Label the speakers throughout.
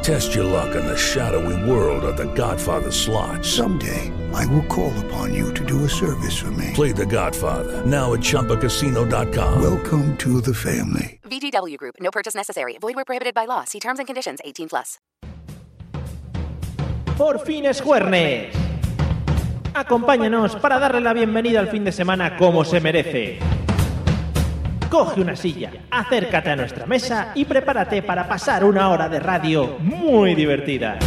Speaker 1: Test your luck in the shadowy world of The Godfather slot.
Speaker 2: Someday, I will call upon you to do a service for me.
Speaker 1: Play The Godfather now at ChumbaCasino.com.
Speaker 2: Welcome to the family.
Speaker 3: VGW Group. No purchase necessary. Void where prohibited by law. See terms and conditions. 18 plus.
Speaker 4: Por fin es jueves. Acompáñanos para darle la bienvenida al fin de semana como se merece. Coge una silla, acércate a nuestra mesa y prepárate para pasar una hora de radio muy divertida.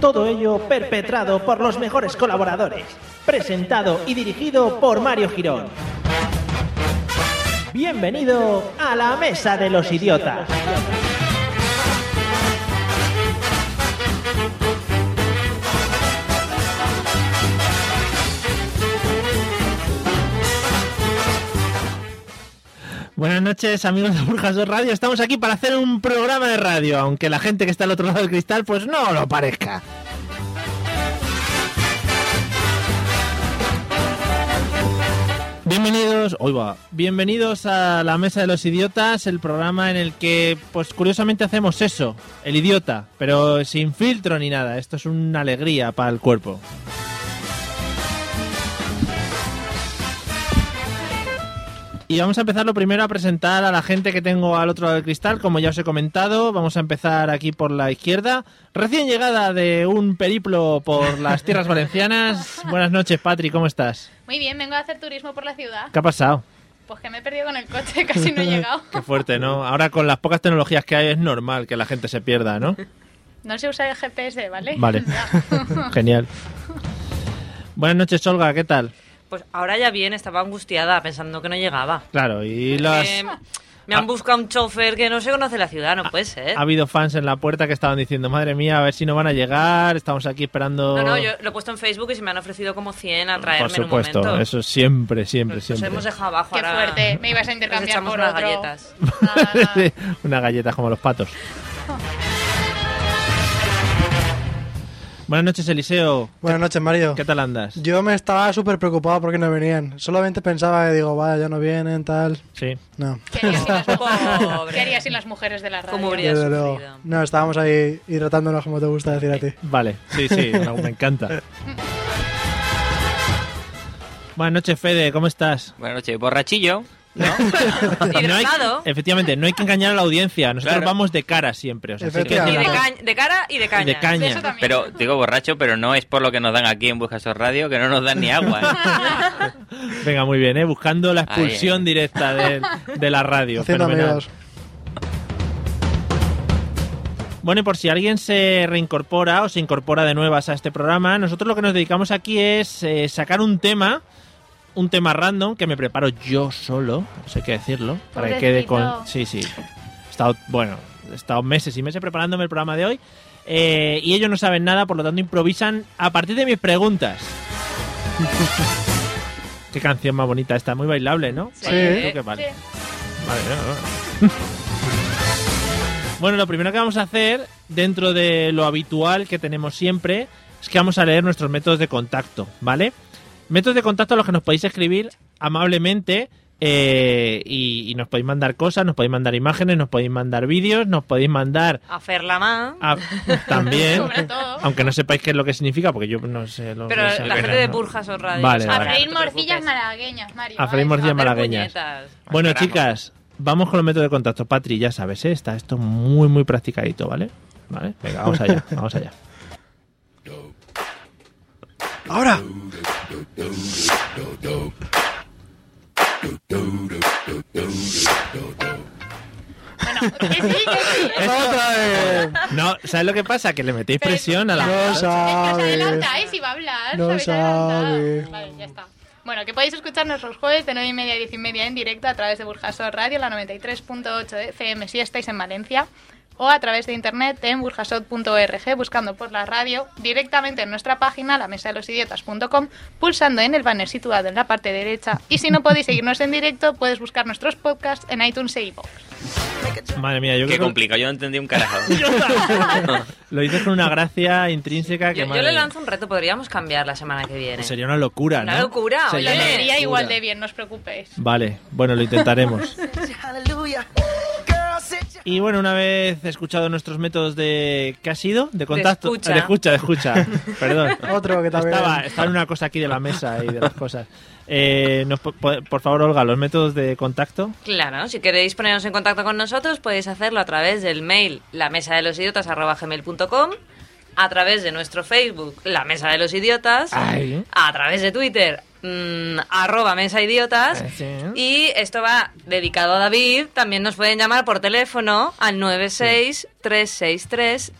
Speaker 4: Todo ello perpetrado por los mejores colaboradores, presentado y dirigido por Mario Girón. Bienvenido a la Mesa de los Idiotas. Buenas noches, amigos de Burjas 2 Radio. Estamos aquí para hacer un programa de radio, aunque la gente que está al otro lado del cristal, pues no lo parezca. Bienvenidos, hoy va. Bienvenidos a la Mesa de los Idiotas, el programa en el que, pues curiosamente hacemos eso, el idiota, pero sin filtro ni nada. Esto es una alegría para el cuerpo. Y vamos a empezar lo primero a presentar a la gente que tengo al otro lado del cristal, como ya os he comentado. Vamos a empezar aquí por la izquierda. Recién llegada de un periplo por las tierras valencianas. Buenas noches, Patri, ¿cómo estás?
Speaker 5: Muy bien, vengo a hacer turismo por la ciudad.
Speaker 4: ¿Qué ha pasado?
Speaker 5: Pues que me he perdido con el coche, casi no he llegado.
Speaker 4: Qué fuerte, ¿no? Ahora con las pocas tecnologías que hay es normal que la gente se pierda, ¿no?
Speaker 5: No se usa el GPS, ¿vale?
Speaker 4: Vale. Genial. Buenas noches, Olga, ¿qué tal?
Speaker 6: Pues ahora ya bien, estaba angustiada pensando que no llegaba.
Speaker 4: Claro, y las...
Speaker 6: Eh, me han buscado un chofer que no se conoce la ciudad, no
Speaker 4: ah,
Speaker 6: puede ser.
Speaker 4: Ha habido fans en la puerta que estaban diciendo, madre mía, a ver si no van a llegar, estamos aquí esperando...
Speaker 6: No, no, yo lo he puesto en Facebook y se me han ofrecido como 100 a traerme
Speaker 4: ah, Por supuesto,
Speaker 6: en un momento.
Speaker 4: eso siempre, siempre,
Speaker 6: Nos
Speaker 4: siempre.
Speaker 6: hemos dejado abajo
Speaker 5: Qué
Speaker 6: ahora
Speaker 5: fuerte, me ibas a
Speaker 6: nos
Speaker 5: intercambiar
Speaker 6: echamos
Speaker 5: por
Speaker 6: unas
Speaker 5: otro.
Speaker 6: galletas.
Speaker 5: Nada, nada.
Speaker 4: Una galleta como los patos. Buenas noches, Eliseo.
Speaker 7: Buenas noches, Mario.
Speaker 4: ¿Qué tal andas?
Speaker 7: Yo me estaba súper preocupado porque no venían. Solamente pensaba que digo, vaya, ya no vienen, tal.
Speaker 4: Sí.
Speaker 7: No.
Speaker 5: ¿Qué harías sin las mujeres-
Speaker 6: Pobre.
Speaker 5: ¿Qué harías sin las mujeres de la radio?
Speaker 6: ¿Cómo habría
Speaker 7: Desde luego.
Speaker 6: sufrido?
Speaker 7: No, estábamos ahí hidratándonos como te gusta decir a ti.
Speaker 4: Vale, sí, sí, no, me encanta. Buenas noches, Fede, ¿cómo estás?
Speaker 8: Buenas noches, borrachillo.
Speaker 4: No hay-
Speaker 6: Hidratado.
Speaker 4: efectivamente, no hay que engañar a la audiencia. Nosotros
Speaker 8: Claro.
Speaker 4: vamos de cara siempre. O sea, sí que-
Speaker 6: Y de,
Speaker 7: Efectivamente.
Speaker 6: ca- de cara y de caña.
Speaker 4: de
Speaker 5: Eso
Speaker 4: caña.
Speaker 5: también.
Speaker 8: Pero digo borracho, pero no es por lo que nos dan aquí en Buscasor Radio, que no nos dan ni agua. ¿eh?
Speaker 4: Venga, muy bien, ¿eh? Buscando la
Speaker 8: Ahí,
Speaker 4: expulsión
Speaker 8: ahí.
Speaker 4: directa de, de la radio.
Speaker 7: Haciendo
Speaker 4: Fenomenal.
Speaker 7: amigos.
Speaker 4: Bueno, y por si alguien se reincorpora o se incorpora de nuevas a este programa, nosotros lo que nos dedicamos aquí es eh, sacar un tema, un tema random que me preparo yo solo, sé qué decirlo, para que quede con. Sí, sí. He estado, bueno, he estado meses y meses preparándome el programa de hoy eh, y ellos no saben nada, por lo tanto improvisan a partir de mis preguntas. qué canción más bonita esta, muy bailable, ¿no?
Speaker 6: Sí.
Speaker 4: Creo que
Speaker 5: Sí.
Speaker 4: vale. Vale, no, no. bueno, lo primero que vamos a hacer, dentro de lo habitual que tenemos siempre, es que vamos a leer nuestros métodos de contacto, ¿vale? Métodos de contacto a los que nos podéis escribir amablemente eh, y, y nos podéis mandar cosas, nos podéis mandar imágenes, nos podéis mandar vídeos, nos podéis mandar
Speaker 6: A Ferlamá.
Speaker 4: a- también,
Speaker 5: Sobre todo.
Speaker 4: aunque no sepáis qué es lo que significa, porque yo no sé lo
Speaker 6: Pero
Speaker 4: no sé lo
Speaker 6: la
Speaker 4: pues que
Speaker 6: gente
Speaker 4: es,
Speaker 6: de
Speaker 4: ¿no?
Speaker 6: Burjas o Radio.
Speaker 4: Vale,
Speaker 6: o sea,
Speaker 4: vale.
Speaker 5: A
Speaker 6: no te
Speaker 5: freír morcillas
Speaker 6: preocupes.
Speaker 5: malagueñas, Mario.
Speaker 4: A freír
Speaker 5: Ay,
Speaker 4: morcillas
Speaker 6: A ver
Speaker 4: malagueñas.
Speaker 6: puñetas.
Speaker 4: Bueno,
Speaker 8: Esperamos.
Speaker 4: chicas, vamos con los métodos de contacto. Patri, ya sabes, ¿eh? está esto muy, muy practicadito, ¿vale? ¿Vale? Venga, vamos allá, vamos allá.
Speaker 7: Ahora.
Speaker 5: Bueno, que sí, que sí.
Speaker 7: Otra vez.
Speaker 4: No, ¿sabes lo que pasa? Que le metéis
Speaker 5: Pero-
Speaker 4: presión a la...
Speaker 7: No
Speaker 5: Es que os
Speaker 7: sabes.
Speaker 5: adelantáis y va a hablar.
Speaker 7: No
Speaker 5: os habéis adelantado.
Speaker 7: sabe.
Speaker 5: Vale, ya está. Bueno, que podéis escucharnos los jueves de 9 y media a 10 y media en directo a través de Burjasot Radio, la 93.8 de FM, si estáis en Valencia. o a través de internet en burjasot.org buscando por la radio directamente en nuestra página la mesa de los idiotas.com pulsando en el banner situado en la parte derecha y si no podéis seguirnos en directo puedes buscar nuestros podcasts en iTunes e iVoox.
Speaker 4: Madre mía, yo
Speaker 8: Qué
Speaker 4: creo que
Speaker 8: complicado, yo no entendí un carajo.
Speaker 4: lo dices con una gracia intrínseca que
Speaker 6: Yo, yo
Speaker 4: madre
Speaker 6: le
Speaker 4: mía. Pues
Speaker 6: lanzo un reto, podríamos cambiar la semana que viene.
Speaker 4: Sería una locura, ¿no?
Speaker 6: Una locura,
Speaker 4: Sería
Speaker 5: La
Speaker 6: oye.
Speaker 4: una-
Speaker 5: leería
Speaker 6: Locura.
Speaker 5: igual de bien, no os preocupéis.
Speaker 4: Vale, bueno, lo intentaremos. Y bueno, una vez escuchado nuestros métodos de... ¿Qué ha sido? De contacto.
Speaker 6: escucha.
Speaker 4: De escucha, de escucha. Perdón.
Speaker 7: Otro que también.
Speaker 4: Estaba, estaba en una cosa aquí de la mesa y de las cosas. Eh, nos po- po- por favor, Olga, los métodos de contacto.
Speaker 6: Claro, si queréis poneros en contacto con nosotros podéis hacerlo a través del mail la mesa de los idiotas a través de nuestro Facebook la mesa de los idiotas,
Speaker 4: Ay.
Speaker 6: a través de Twitter mm, arroba mesa idiotas
Speaker 4: Eh, sí.
Speaker 6: y esto va dedicado a David, también nos pueden llamar por teléfono al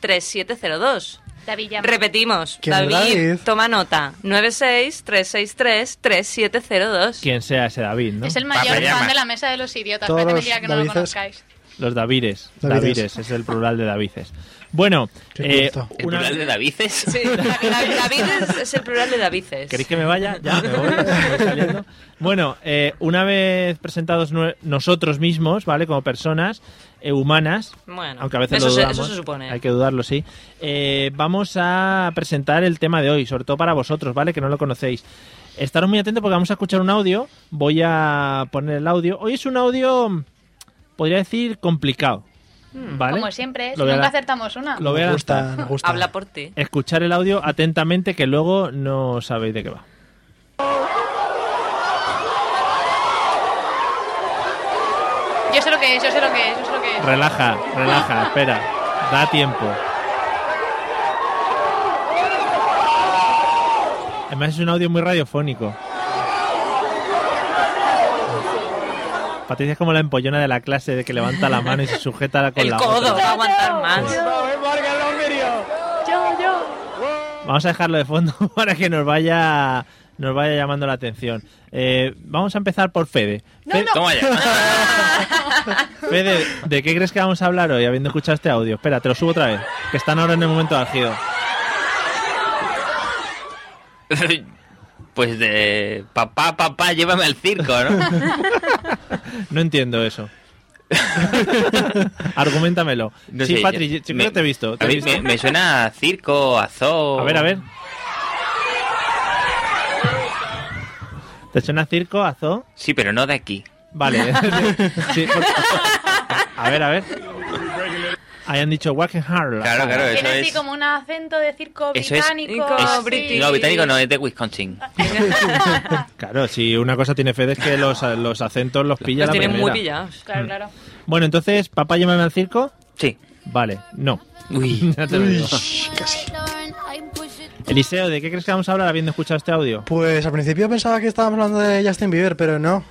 Speaker 6: 963633702.
Speaker 5: David llama.
Speaker 6: Repetimos,
Speaker 7: ¿Quién es
Speaker 6: David,
Speaker 7: David?
Speaker 6: toma nota, 963633702.
Speaker 4: Quien sea ese David, ¿no?
Speaker 5: Es el mayor
Speaker 8: Papá
Speaker 5: fan
Speaker 8: llama.
Speaker 5: de la mesa de los idiotas.
Speaker 7: Todos
Speaker 5: Parece
Speaker 7: los
Speaker 5: mentira que no
Speaker 7: Davices.
Speaker 5: lo conozcáis.
Speaker 4: Los Davires. Davires.
Speaker 7: Davires.
Speaker 4: es el plural de Davices. Bueno,
Speaker 7: Qué
Speaker 4: eh,
Speaker 7: gusto.
Speaker 8: ¿El
Speaker 4: una-
Speaker 8: plural de Davices?
Speaker 6: Sí, Davi- Davi- David es, es el plural de Davices.
Speaker 4: ¿Queréis que me vaya? Ya, me voy, me voy saliendo. Bueno, eh, una vez presentados nue- nosotros mismos, ¿vale? Como personas eh, humanas,
Speaker 6: Bueno,
Speaker 4: aunque a veces
Speaker 6: eso,
Speaker 4: lo
Speaker 6: se,
Speaker 4: dudamos,
Speaker 6: eso se supone.
Speaker 4: hay que dudarlo, sí. Eh, vamos a presentar el tema de hoy, sobre todo para vosotros, ¿vale? Que no lo conocéis. Estaros muy atentos porque vamos a escuchar un audio. Voy a poner el audio. Hoy es un audio, podría decir, complicado.
Speaker 6: Hmm,
Speaker 4: ¿Vale?
Speaker 5: Como siempre,
Speaker 4: Lo voy a
Speaker 5: nunca
Speaker 4: la-
Speaker 5: acertamos una.
Speaker 4: Lo voy a
Speaker 7: Nos gusta,
Speaker 4: lanzar.
Speaker 7: nos gusta.
Speaker 6: Habla por ti.
Speaker 4: escuchar el audio atentamente que luego no sabéis de qué va.
Speaker 5: Yo sé lo que es, yo sé lo que es, yo sé lo que es.
Speaker 4: Relaja, relaja, espera. Da tiempo. Además es un audio muy radiofónico. Patricia es como la empollona de la clase de que levanta la mano y se sujeta la- con
Speaker 6: El
Speaker 4: la
Speaker 6: codo
Speaker 4: otra.
Speaker 6: va a aguantar más.
Speaker 4: Vamos a dejarlo de fondo para que nos vaya nos vaya llamando la atención. Eh, vamos a empezar por Fede. Fe-
Speaker 8: Toma ya.
Speaker 4: Fede, ¿de qué crees que vamos a hablar hoy habiendo escuchado este audio? Espera, te lo subo otra vez, que están ahora en el momento álgido.
Speaker 8: Pues de papá, papá, llévame al circo, ¿no?
Speaker 4: No entiendo eso. Argumentamelo.
Speaker 8: No
Speaker 4: sí,
Speaker 8: sé,
Speaker 4: Patri,
Speaker 8: yo-
Speaker 4: yo creo
Speaker 8: me-
Speaker 4: que te he visto. te
Speaker 8: a
Speaker 4: he
Speaker 8: mí
Speaker 4: visto.
Speaker 8: me, me suena a circo, a zoo.
Speaker 4: A ver, a ver. ¿Te suena circo, azo?
Speaker 8: Sí, pero no de aquí.
Speaker 4: Vale. Sí, por- A ver, a ver. Hayan dicho Wacken Harla.
Speaker 8: Claro, claro, eso
Speaker 5: Tiene así
Speaker 8: es.
Speaker 5: como un acento de circo
Speaker 8: Eso es-
Speaker 5: británico.
Speaker 6: Circo
Speaker 5: así.
Speaker 6: british.
Speaker 8: No, británico no, es de Wisconsin.
Speaker 4: Claro, si una cosa tiene Fede es que los, los acentos los pilla
Speaker 6: Los
Speaker 4: la
Speaker 6: tienen muy
Speaker 4: primera.
Speaker 6: pillados.
Speaker 4: Mm.
Speaker 5: Claro, claro.
Speaker 4: Bueno, entonces, papá, llévame al circo.
Speaker 8: Sí.
Speaker 4: Vale, no.
Speaker 8: Uy.
Speaker 4: Ya te lo digo. Eliseo, ¿de qué crees que vamos a hablar habiendo escuchado este audio?
Speaker 7: Pues al principio pensaba que estábamos hablando de Justin Bieber, pero no.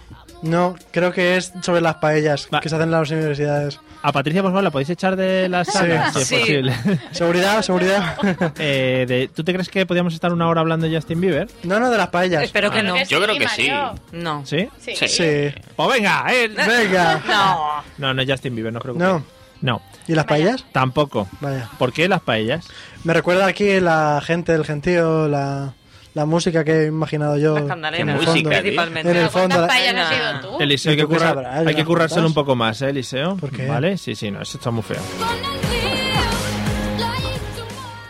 Speaker 7: No, creo que es sobre las paellas
Speaker 4: Va.
Speaker 7: que se hacen en las universidades.
Speaker 4: A Patricia, por favor, la podéis echar de la sala, si es
Speaker 6: Sí.
Speaker 4: posible.
Speaker 7: Seguridad, seguridad.
Speaker 4: Eh, de- ¿Tú te crees que podíamos estar una hora hablando de Justin Bieber?
Speaker 7: No, no, de las paellas.
Speaker 6: Espero que
Speaker 5: Claro
Speaker 6: no.
Speaker 5: que
Speaker 8: Yo creo que sí.
Speaker 5: Mario.
Speaker 6: No.
Speaker 4: ¿Sí?
Speaker 5: Sí.
Speaker 7: Sí.
Speaker 4: Pues venga, eh.
Speaker 7: Venga.
Speaker 6: No.
Speaker 4: No, no es Justin Bieber, no os preocupéis.
Speaker 7: No.
Speaker 4: No,
Speaker 7: ¿Y las paellas?
Speaker 4: tampoco.
Speaker 7: Vaya.
Speaker 4: ¿Por qué las paellas?
Speaker 7: Me recuerda aquí la gente, el gentío, la, la música que he imaginado yo.
Speaker 6: La
Speaker 8: Qué
Speaker 6: escandalera.
Speaker 8: música, tío.
Speaker 6: Principalmente.
Speaker 7: En el
Speaker 5: Pero
Speaker 7: fondo,
Speaker 5: ¿cuántas
Speaker 7: la-
Speaker 5: payas
Speaker 6: Venga.
Speaker 5: has sido tú?
Speaker 4: Eliseo, hay que,
Speaker 7: ¿Y tú qué
Speaker 4: currar-
Speaker 7: sabrás?
Speaker 4: hay que
Speaker 7: ¿Las
Speaker 4: currárselo
Speaker 7: notas?
Speaker 4: un poco más, ¿eh, Eliseo?
Speaker 7: ¿Por qué?
Speaker 4: ¿Vale? Sí, sí, no, eso está muy feo.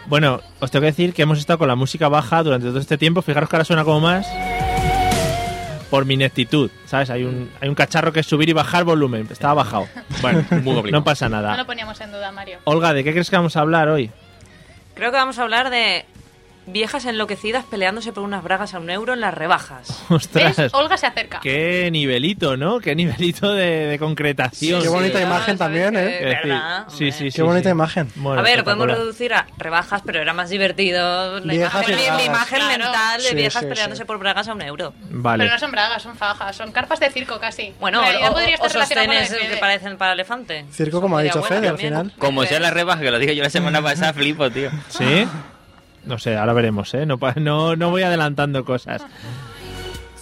Speaker 4: Bueno, os tengo que decir que hemos estado con la música baja durante todo este tiempo. Fijaros que ahora suena como más. Por mi ineptitud, ¿sabes? Hay un, hay un cacharro que es subir y bajar volumen. Estaba bajado. Bueno,
Speaker 8: Muy complicado.
Speaker 4: no pasa
Speaker 5: No lo
Speaker 4: nada.
Speaker 5: poníamos en duda, Mario.
Speaker 4: Olga, ¿de qué crees que vamos a hablar hoy?
Speaker 6: Creo que vamos a hablar de viejas enloquecidas peleándose por unas bragas a un euro en las rebajas.
Speaker 4: Ostras.
Speaker 5: ¿Ves? Olga se acerca.
Speaker 4: Qué nivelito, ¿no? Qué nivelito de, de concretación.
Speaker 7: Qué bonita
Speaker 6: Sí,
Speaker 7: imagen
Speaker 6: no, sabes
Speaker 7: también,
Speaker 6: que-
Speaker 7: ¿eh?
Speaker 4: Es decir,
Speaker 6: ¿verdad?
Speaker 4: sí, sí, sí.
Speaker 6: Hombre.
Speaker 7: Qué
Speaker 4: sí.
Speaker 7: bonita imagen.
Speaker 4: Bueno,
Speaker 6: a ver, podemos
Speaker 4: espectacular.
Speaker 6: reducir a rebajas, pero era más divertido. La
Speaker 7: Viejas
Speaker 6: imagen, mi, mi
Speaker 7: peleadas.
Speaker 6: imagen
Speaker 5: Claro.
Speaker 6: mental de
Speaker 7: Sí,
Speaker 6: viejas
Speaker 7: sí,
Speaker 6: peleándose
Speaker 7: sí.
Speaker 6: por bragas a un euro.
Speaker 4: Vale.
Speaker 5: Pero no son bragas, son fajas, son carpas de circo casi.
Speaker 6: Bueno,
Speaker 5: En realidad
Speaker 6: o,
Speaker 5: podría
Speaker 6: o
Speaker 5: estar relacionado con
Speaker 6: sostenes
Speaker 5: el
Speaker 6: que
Speaker 5: bebé.
Speaker 6: parecen para elefante.
Speaker 7: Circo, como ha
Speaker 6: Sería
Speaker 7: dicho
Speaker 6: bueno
Speaker 7: Fede al
Speaker 6: también.
Speaker 7: final.
Speaker 8: Como sea la rebaja, que lo digo yo la semana pasada, flipo, tío.
Speaker 4: ¿Sí? No sé, ahora veremos, ¿eh? No, pa- no, no voy adelantando cosas.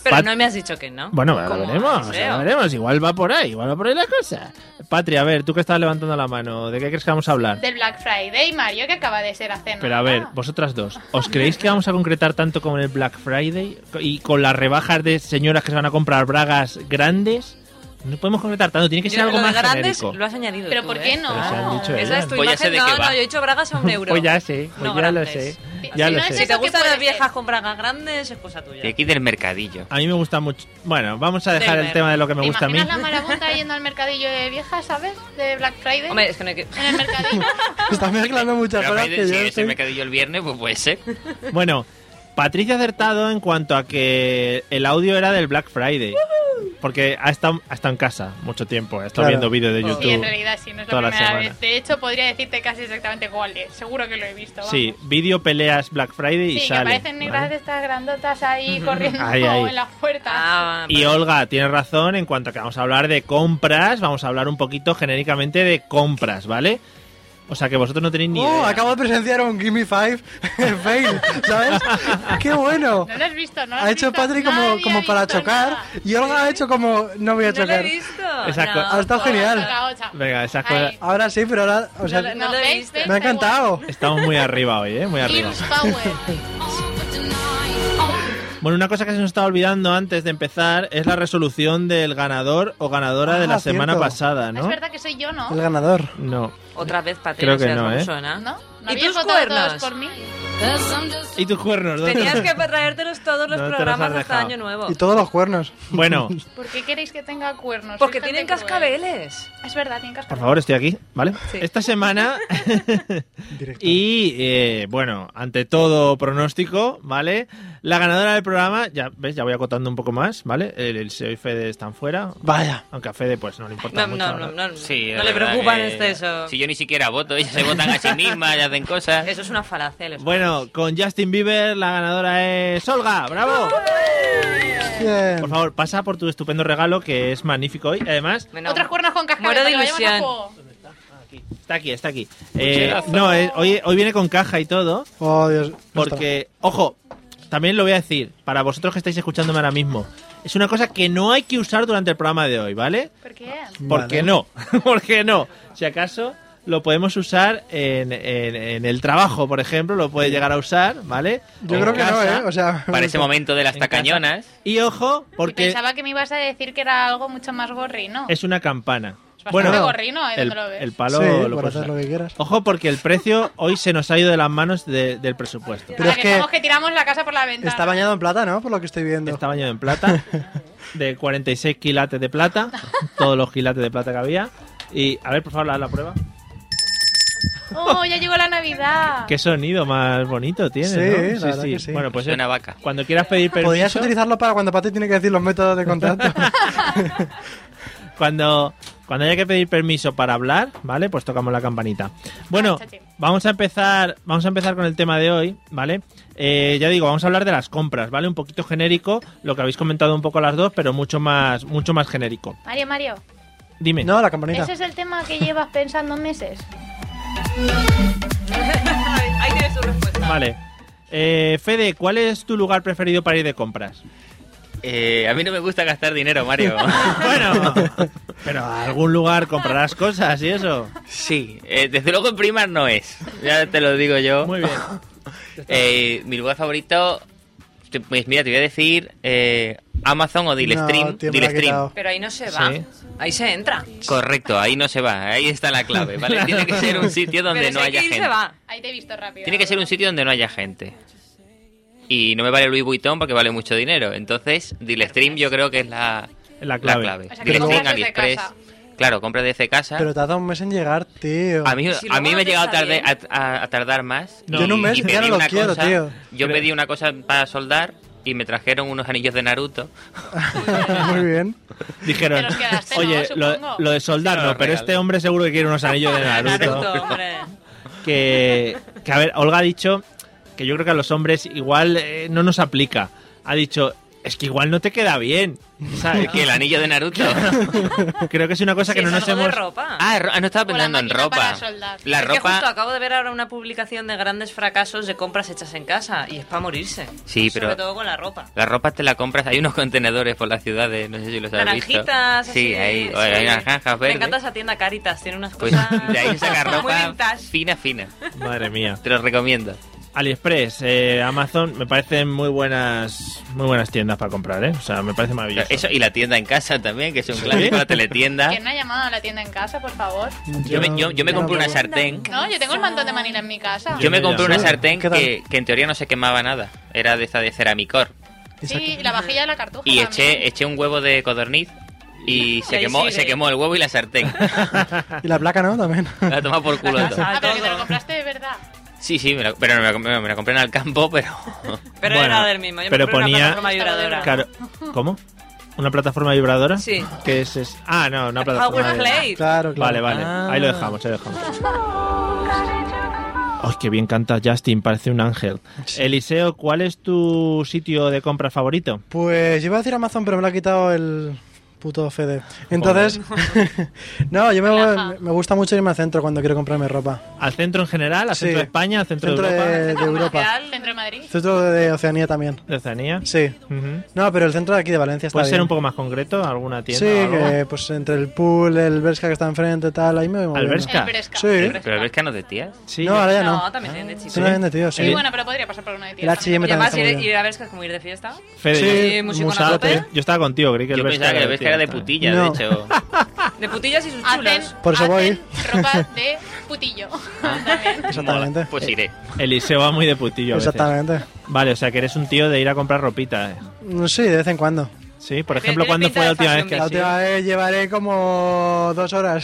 Speaker 6: Pero
Speaker 4: Pat-
Speaker 6: no me has dicho que no.
Speaker 4: Bueno, ya
Speaker 6: Como
Speaker 4: veremos,
Speaker 6: deseo.
Speaker 4: ya veremos. Igual va por ahí, igual va por ahí la cosa. Patria, a ver, tú que estás levantando la mano, ¿de qué crees que vamos a hablar?
Speaker 5: Del Black Friday, Mario, que acaba de ser hace
Speaker 4: Pero a
Speaker 5: nada.
Speaker 4: ver, vosotras dos, ¿os creéis que vamos a concretar tanto con el Black Friday y con las rebajas de señoras que se van a comprar bragas grandes? No podemos concretar tanto, tiene que ser
Speaker 6: Yo-
Speaker 4: algo
Speaker 6: lo de
Speaker 4: más
Speaker 6: grandes
Speaker 4: genérico.
Speaker 6: lo has añadido
Speaker 5: ¿Pero
Speaker 6: tú,
Speaker 5: por
Speaker 6: ¿eh?
Speaker 5: qué no?
Speaker 4: Pero se han dicho
Speaker 6: Esa es tu
Speaker 8: Pues ya sé
Speaker 6: imagen.
Speaker 8: de
Speaker 6: No,
Speaker 8: qué va.
Speaker 6: no, yo he dicho bragas a un euro.
Speaker 4: Pues ya sé, pues
Speaker 6: No
Speaker 4: ya lo
Speaker 6: grandes.
Speaker 4: sé. Ya
Speaker 5: Si
Speaker 4: lo
Speaker 5: no es
Speaker 4: sé.
Speaker 6: Si te
Speaker 5: ¿Eso qué
Speaker 6: gustan
Speaker 5: puede
Speaker 6: las viejas
Speaker 5: ser?
Speaker 6: con bragas grandes, es cosa tuya.
Speaker 8: De aquí del mercadillo.
Speaker 4: A mí me gusta mucho. Bueno, vamos a dejar el
Speaker 6: Gamer.
Speaker 4: tema de lo que me
Speaker 5: ¿Te
Speaker 4: gusta a mí.
Speaker 5: imaginas la marabunta yendo al mercadillo de viejas, sabes? De Black Friday.
Speaker 6: Hombre, es que no hay que...
Speaker 5: En el mercadillo.
Speaker 7: Está mezclando muchas
Speaker 8: Pero a
Speaker 7: cosas
Speaker 8: partir de-
Speaker 7: que
Speaker 8: si
Speaker 7: yo
Speaker 8: es el
Speaker 7: estoy...
Speaker 8: mercadillo el viernes, pues puede ser.
Speaker 4: Bueno, Patricia ha acertado en cuanto a que el audio era del Black Friday. Porque ha estado, ha estado en casa mucho tiempo, ha estado viendo
Speaker 7: Claro.
Speaker 4: vídeos de
Speaker 6: Sí,
Speaker 4: YouTube.
Speaker 5: Sí, en realidad sí, no es la
Speaker 4: toda la
Speaker 5: primera
Speaker 4: semana.
Speaker 5: vez. De hecho, podría decirte casi exactamente cuál es. Seguro que lo he visto. vamos.
Speaker 4: Sí, vídeo peleas Black Friday y
Speaker 5: Sí, que
Speaker 4: sale.
Speaker 5: aparecen negras
Speaker 4: ¿vale?
Speaker 5: de estas grandotas ahí corriendo
Speaker 4: Ahí, ahí.
Speaker 5: en las puertas.
Speaker 6: Ah,
Speaker 4: Y Olga tiene razón en cuanto a que vamos a hablar de compras, vamos a hablar un poquito genéricamente de compras, ¿vale? O sea que vosotros no tenéis ni
Speaker 7: Oh,
Speaker 4: idea.
Speaker 7: acabo de presenciar un Gimme Five fail, ¿sabes? ¡Qué bueno!
Speaker 5: No lo has visto, ¿no? lo has
Speaker 7: Ha hecho
Speaker 5: visto.
Speaker 7: Patrick como,
Speaker 5: Nadie
Speaker 7: como
Speaker 5: ha
Speaker 7: para
Speaker 5: visto
Speaker 7: chocar
Speaker 5: nada.
Speaker 7: y Olga ha hecho como no voy a
Speaker 6: no lo he
Speaker 7: chocar.
Speaker 6: visto.
Speaker 4: Exacto.
Speaker 6: No,
Speaker 7: Ha estado
Speaker 6: por-
Speaker 7: genial.
Speaker 5: Otra, otra.
Speaker 4: Venga, esas
Speaker 5: Ahí.
Speaker 4: cosas-
Speaker 7: Ahora sí, pero ahora, o sea,
Speaker 6: No lo-
Speaker 7: me
Speaker 6: no
Speaker 5: ves,
Speaker 6: he visto.
Speaker 5: ves,
Speaker 7: ha
Speaker 5: ves,
Speaker 7: encantado.
Speaker 4: Estamos muy arriba hoy, ¿eh? Muy arriba.
Speaker 5: Girls Power.
Speaker 4: Bueno, una cosa que se nos estaba olvidando antes de empezar es la resolución del ganador o ganadora de
Speaker 7: Ah,
Speaker 4: la semana
Speaker 7: cierto.
Speaker 4: pasada,
Speaker 5: Es
Speaker 4: ¿no?
Speaker 5: verdad que soy yo, ¿no?
Speaker 7: El ganador.
Speaker 4: No.
Speaker 6: Otra vez, Patrick,
Speaker 4: Creo
Speaker 6: no
Speaker 4: que
Speaker 6: seas
Speaker 4: no, ¿eh?
Speaker 6: abusona.
Speaker 5: ¿No? ¿No
Speaker 6: ¿Y
Speaker 5: habíais
Speaker 6: tus
Speaker 5: votado
Speaker 6: cuernos?
Speaker 5: todos por mí?
Speaker 4: ¿Y tus cuernos? ¿Dónde
Speaker 6: Tenías
Speaker 4: los-
Speaker 6: que traértelos todos los
Speaker 4: No te los
Speaker 6: programas
Speaker 4: has
Speaker 6: hasta
Speaker 4: dejado.
Speaker 6: Año Nuevo.
Speaker 7: Y todos los cuernos.
Speaker 4: Bueno,
Speaker 5: ¿Por qué queréis que tenga cuernos?
Speaker 6: Porque
Speaker 5: Sois
Speaker 6: tienen
Speaker 5: gente cruel.
Speaker 6: cascabeles.
Speaker 5: Es verdad, tienen cascabeles.
Speaker 4: por favor, estoy aquí, ¿vale?
Speaker 6: Sí.
Speaker 4: Esta semana
Speaker 7: Directo.
Speaker 4: y, eh, bueno, ante todo pronóstico, ¿vale? La ganadora del programa, ya ves, ya voy acotando un poco más, ¿vale? El, el SEO y Fede están fuera,
Speaker 7: Vaya.
Speaker 4: aunque a Fede pues no le importa
Speaker 6: No,
Speaker 4: mucho.
Speaker 6: no, no,
Speaker 4: ¿verdad?
Speaker 6: no,
Speaker 8: Sí,
Speaker 6: no
Speaker 8: es
Speaker 6: le
Speaker 8: verdad
Speaker 6: preocupan
Speaker 8: que-
Speaker 6: este eso.
Speaker 8: Si yo ni siquiera voto, ellas se votan a sí mismas, ellas hacen cosas.
Speaker 6: Eso es una falacia. les-
Speaker 4: Bueno, con Justin Bieber la ganadora es Olga, ¡bravo!
Speaker 7: Bien.
Speaker 4: Por favor, pasa por tu estupendo regalo que es magnífico hoy. Además,
Speaker 6: Bueno,
Speaker 5: Otros cuernos con cascabeles.
Speaker 6: Muero de
Speaker 5: para que vayan a
Speaker 6: ilusión.
Speaker 5: juego.
Speaker 4: está aquí, está aquí. Eh, no, eh, hoy, hoy viene con caja y todo.
Speaker 7: Oh, Dios. no está.
Speaker 4: Porque, ojo, también lo voy a decir, para vosotros que estáis escuchándome ahora mismo, es una cosa que no hay que usar durante el programa de hoy, ¿vale?
Speaker 5: ¿Por qué?
Speaker 4: Porque
Speaker 7: Vale.
Speaker 4: no, porque no. Si acaso lo podemos usar en, en- en el trabajo, por ejemplo, lo puede llegar a usar, ¿vale?
Speaker 7: Yo
Speaker 4: En
Speaker 7: creo que
Speaker 4: casa,
Speaker 7: no, ¿eh? O sea...
Speaker 8: Para ese momento de las
Speaker 4: en casa.
Speaker 8: tacañonas.
Speaker 4: Y ojo,
Speaker 5: Y
Speaker 4: porque
Speaker 5: pensaba que me ibas a decir que era algo mucho más gorrino.
Speaker 4: es una campana.
Speaker 5: bastante
Speaker 4: Bueno,
Speaker 5: gorrino, ¿eh?
Speaker 4: el,
Speaker 5: ¿Dónde lo ves?
Speaker 4: el
Speaker 7: Sí,
Speaker 4: palo lo
Speaker 7: para
Speaker 4: puedes
Speaker 7: hacer lo
Speaker 4: usar.
Speaker 7: que quieras.
Speaker 4: Ojo, porque el precio hoy se nos ha ido de las manos de- del presupuesto.
Speaker 7: Pero
Speaker 5: Ahora
Speaker 7: es
Speaker 5: que,
Speaker 7: que-
Speaker 5: estamos que tiramos la casa por la ventana.
Speaker 7: Está bañado en plata, ¿no? Por lo que estoy viendo.
Speaker 4: Está bañado Este en plata, de 46 quilates de plata, todos los quilates de plata que había. Y, a ver, por favor, haz la prueba.
Speaker 5: Oh, ya llegó la Navidad.
Speaker 4: Qué sonido más bonito tiene,
Speaker 7: Sí,
Speaker 4: ¿no?
Speaker 7: eh, la verdad que sí.
Speaker 4: Bueno, pues
Speaker 8: Suena
Speaker 4: eh,
Speaker 8: vaca.
Speaker 4: cuando quieras pedir permiso,
Speaker 7: Podrías utilizarlo para cuando Pati tiene que decir los métodos de contacto.
Speaker 4: cuando, cuando haya que pedir permiso para hablar, ¿vale? Pues tocamos la campanita. Bueno,
Speaker 5: Ah, chachi.
Speaker 4: vamos a empezar, vamos a empezar con el tema de hoy, ¿vale? Eh, ya digo, vamos a hablar de las compras, ¿vale? Un poquito genérico, lo que habéis comentado un poco las dos, pero mucho más, mucho más genérico.
Speaker 5: Mario, Mario,
Speaker 4: Dime.
Speaker 7: no, la campanita.
Speaker 5: ¿ese es el tema que llevas pensando meses?
Speaker 6: Ahí tienes tu respuesta.
Speaker 4: Vale. Eh, Fede, ¿cuál es tu lugar preferido para ir de compras?
Speaker 8: Eh, a mí no me gusta gastar dinero, Mario.
Speaker 4: Bueno, pero a algún lugar comprarás cosas y eso.
Speaker 8: sí, eh, desde luego en primar no es. Ya te lo digo yo.
Speaker 4: Muy bien.
Speaker 8: Eh, mi lugar favorito, te- pues mira, te voy a decir eh, Amazon o Dilestream.
Speaker 7: No, tío, me la ha
Speaker 8: Dilestream.
Speaker 7: quitado.
Speaker 6: Pero ahí no se va.
Speaker 4: Sí.
Speaker 6: Ahí se entra.
Speaker 8: Correcto, ahí no se va, ahí está la clave, ¿vale? Tiene que ser un sitio donde
Speaker 6: Pero si
Speaker 8: no
Speaker 6: hay
Speaker 8: haya
Speaker 6: que ir,
Speaker 8: gente.
Speaker 6: se va.
Speaker 5: Ahí te he visto rápido.
Speaker 8: Tiene que ser un sitio donde no haya gente. Y no me vale Louis Vuitton porque vale mucho dinero. Entonces, Dilestream yo creo que es la,
Speaker 4: La
Speaker 8: La
Speaker 4: clave.
Speaker 8: clave.
Speaker 5: O sea, que
Speaker 8: Dilestream,
Speaker 5: compras desde
Speaker 8: AliExpress.
Speaker 5: casa.
Speaker 8: Claro, compra desde casa.
Speaker 7: Pero tarda un mes en llegar, tío.
Speaker 8: a mí,
Speaker 6: si
Speaker 8: a
Speaker 6: luego
Speaker 8: mí
Speaker 6: no
Speaker 8: me ha
Speaker 6: te
Speaker 8: llegado
Speaker 6: sale.
Speaker 8: tarde, a, a- a tardar más.
Speaker 4: Yo en
Speaker 8: Y-
Speaker 4: un mes
Speaker 8: y
Speaker 7: ya
Speaker 8: pedí
Speaker 7: no lo
Speaker 8: una
Speaker 7: quiero,
Speaker 8: cosa,
Speaker 7: tío.
Speaker 8: Yo pedí una cosa para soldar y me trajeron unos anillos de Naruto.
Speaker 7: Muy bien.
Speaker 4: Dijeron,
Speaker 5: Te los quedaste, ¿no?
Speaker 4: oye,
Speaker 5: Supongo.
Speaker 4: lo, lo de soldar
Speaker 8: Se
Speaker 4: no,
Speaker 8: los
Speaker 4: pero
Speaker 8: regalé.
Speaker 4: este hombre seguro que quiere unos anillos de
Speaker 6: Naruto,
Speaker 4: Naruto.
Speaker 6: hombre.
Speaker 4: que, que, a ver, Olga ha dicho que yo creo que a los hombres igual eh, no nos aplica. Ha dicho, es que igual no te queda bien. ¿sabes?
Speaker 8: que el anillo de Naruto.
Speaker 4: Creo que es una cosa
Speaker 6: Sí,
Speaker 4: que no
Speaker 6: es
Speaker 4: nos
Speaker 6: algo de
Speaker 4: hemos...
Speaker 6: ropa.
Speaker 8: Ah, ro- ah, no estaba
Speaker 5: O la
Speaker 8: pensando en
Speaker 5: máquina para
Speaker 8: ropa.
Speaker 5: soldar.
Speaker 8: La
Speaker 6: Es que justo
Speaker 8: ropa.
Speaker 6: acabo de ver ahora una publicación de grandes fracasos de compras hechas en casa y es para morirse.
Speaker 8: Sí,
Speaker 6: Sobre
Speaker 8: pero-
Speaker 6: todo con la ropa.
Speaker 8: La ropa te la compras. Hay unos contenedores por las ciudades, no sé si los has visto.
Speaker 6: Naranjitas, así,
Speaker 8: Sí, hay,
Speaker 6: sí.
Speaker 8: hay naranjas
Speaker 6: Me
Speaker 8: verdes.
Speaker 6: encanta esa tienda Caritas, tiene unas
Speaker 8: Pues
Speaker 6: cosas.
Speaker 8: de ahí sacas
Speaker 6: muy
Speaker 8: ropa
Speaker 6: vintage.
Speaker 8: fina, fina.
Speaker 4: Madre mía.
Speaker 8: Te lo recomiendo.
Speaker 4: AliExpress, eh, Amazon, me parecen muy buenas, muy buenas tiendas para comprar, ¿eh? O sea, me parece maravilloso.
Speaker 8: Eso y la tienda en casa también, que es un clásico, la teletienda.
Speaker 5: ¿Quién no ha llamado a la tienda en casa, por favor?
Speaker 8: Yo me, yo, yo me
Speaker 7: no
Speaker 8: compré una
Speaker 7: puedo.
Speaker 8: sartén.
Speaker 5: No, yo tengo el montón de manila en mi casa.
Speaker 8: Yo me
Speaker 4: Yo
Speaker 8: compré
Speaker 4: ya.
Speaker 8: una sartén
Speaker 7: ¿Qué tal?
Speaker 8: que, que en teoría no se quemaba nada. Era de esta de ceramicor.
Speaker 7: Esa-
Speaker 5: Sí, la vajilla de la cartuja.
Speaker 8: Y
Speaker 5: también.
Speaker 8: eché, eché un huevo de codorniz y se
Speaker 6: ahí
Speaker 8: quemó,
Speaker 6: sigue.
Speaker 8: se quemó el huevo y la sartén.
Speaker 7: Y la placa, ¿no? También.
Speaker 8: La toma por culo.
Speaker 6: La
Speaker 8: todo.
Speaker 6: casa.
Speaker 5: Ah, pero que te lo
Speaker 6: todo.
Speaker 5: compraste de verdad.
Speaker 8: Sí, sí, me la- pero me la, me la- me la compré en el campo, pero...
Speaker 6: Pero
Speaker 4: Bueno,
Speaker 6: era del mismo. Yo me
Speaker 4: pero
Speaker 6: compré una
Speaker 4: ponía-
Speaker 6: plataforma vibradora.
Speaker 4: Claro. ¿Cómo? ¿Una plataforma vibradora?
Speaker 6: Sí.
Speaker 4: ¿Qué es eso? Ah, no, una plataforma
Speaker 6: Power
Speaker 4: vibradora.
Speaker 6: Play.
Speaker 7: Claro,
Speaker 4: Vale,
Speaker 7: claro.
Speaker 4: vale.
Speaker 8: Ah.
Speaker 4: Ahí lo dejamos, ahí lo dejamos. Ay, qué bien canta Justin, parece un ángel. Eliseo, ¿cuál es tu sitio de compra favorito?
Speaker 7: Pues yo iba a decir Amazon, pero me lo ha quitado el puto Fede. Entonces, no, yo me,
Speaker 5: Relaja.
Speaker 7: me gusta mucho irme al centro cuando quiero comprarme ropa.
Speaker 4: ¿Al centro en general? ¿Al
Speaker 7: Sí.
Speaker 4: centro de España? ¿Al centro,
Speaker 7: Centro
Speaker 4: de Europa?
Speaker 7: de, de Europa.
Speaker 6: Comercial.
Speaker 5: Centro de Madrid.
Speaker 7: Centro de Oceanía también.
Speaker 4: ¿De Oceanía?
Speaker 7: Sí.
Speaker 4: Ujú.
Speaker 7: No, pero el centro de aquí de Valencia está
Speaker 4: ¿Puedes ser
Speaker 7: bien.
Speaker 4: un poco más concreto? ¿Alguna tienda?
Speaker 7: Sí,
Speaker 4: o algo?
Speaker 7: que pues entre el pool, el Berska que está enfrente, tal, ahí me voy moviendo.
Speaker 4: Bershka?
Speaker 5: El Bresca.
Speaker 7: Sí.
Speaker 5: El Bresca.
Speaker 8: Pero es que no es de tías.
Speaker 4: Sí,
Speaker 7: No,
Speaker 4: yo-
Speaker 7: ahora ya
Speaker 6: No,
Speaker 7: no.
Speaker 6: también tiene de chicos.
Speaker 7: Sí, no vende, tío, sí.
Speaker 5: Sí, bueno, pero podría pasar por una de
Speaker 7: El
Speaker 5: tienda.
Speaker 7: H&M
Speaker 6: Y
Speaker 7: también
Speaker 6: además
Speaker 7: está muy
Speaker 6: ir,
Speaker 7: bien.
Speaker 6: ir a ver es como ir de fiesta.
Speaker 4: Fede,
Speaker 7: Sí,
Speaker 4: yo-
Speaker 6: música
Speaker 4: Musao,
Speaker 6: con
Speaker 4: te-
Speaker 6: tope.
Speaker 4: yo estaba contigo, creí que el
Speaker 8: Yo
Speaker 4: Bershka
Speaker 8: pensaba que
Speaker 4: era
Speaker 8: el Bershka era de
Speaker 4: tías.
Speaker 8: putilla, de
Speaker 7: No.
Speaker 8: hecho.
Speaker 6: De putillas y sus
Speaker 5: Hacen,
Speaker 6: chulas.
Speaker 7: Por eso
Speaker 5: hacen
Speaker 7: voy. Ah,
Speaker 5: ropa de putillo. También.
Speaker 7: Exactamente.
Speaker 8: Mola, Pues iré.
Speaker 4: Eliseo va muy de putillo a veces.
Speaker 7: Exactamente.
Speaker 4: Vale, o sea que eres un tío de ir a comprar ropita. eh.
Speaker 7: Mm, Sí, de vez en cuando.
Speaker 4: Sí, por
Speaker 6: Pero
Speaker 4: ejemplo,
Speaker 6: tiene
Speaker 4: ¿cuándo
Speaker 6: pinta
Speaker 4: fue la
Speaker 6: de
Speaker 4: última vez
Speaker 6: fashion
Speaker 4: que
Speaker 7: La
Speaker 6: Sí.
Speaker 7: última vez llevaré como dos horas.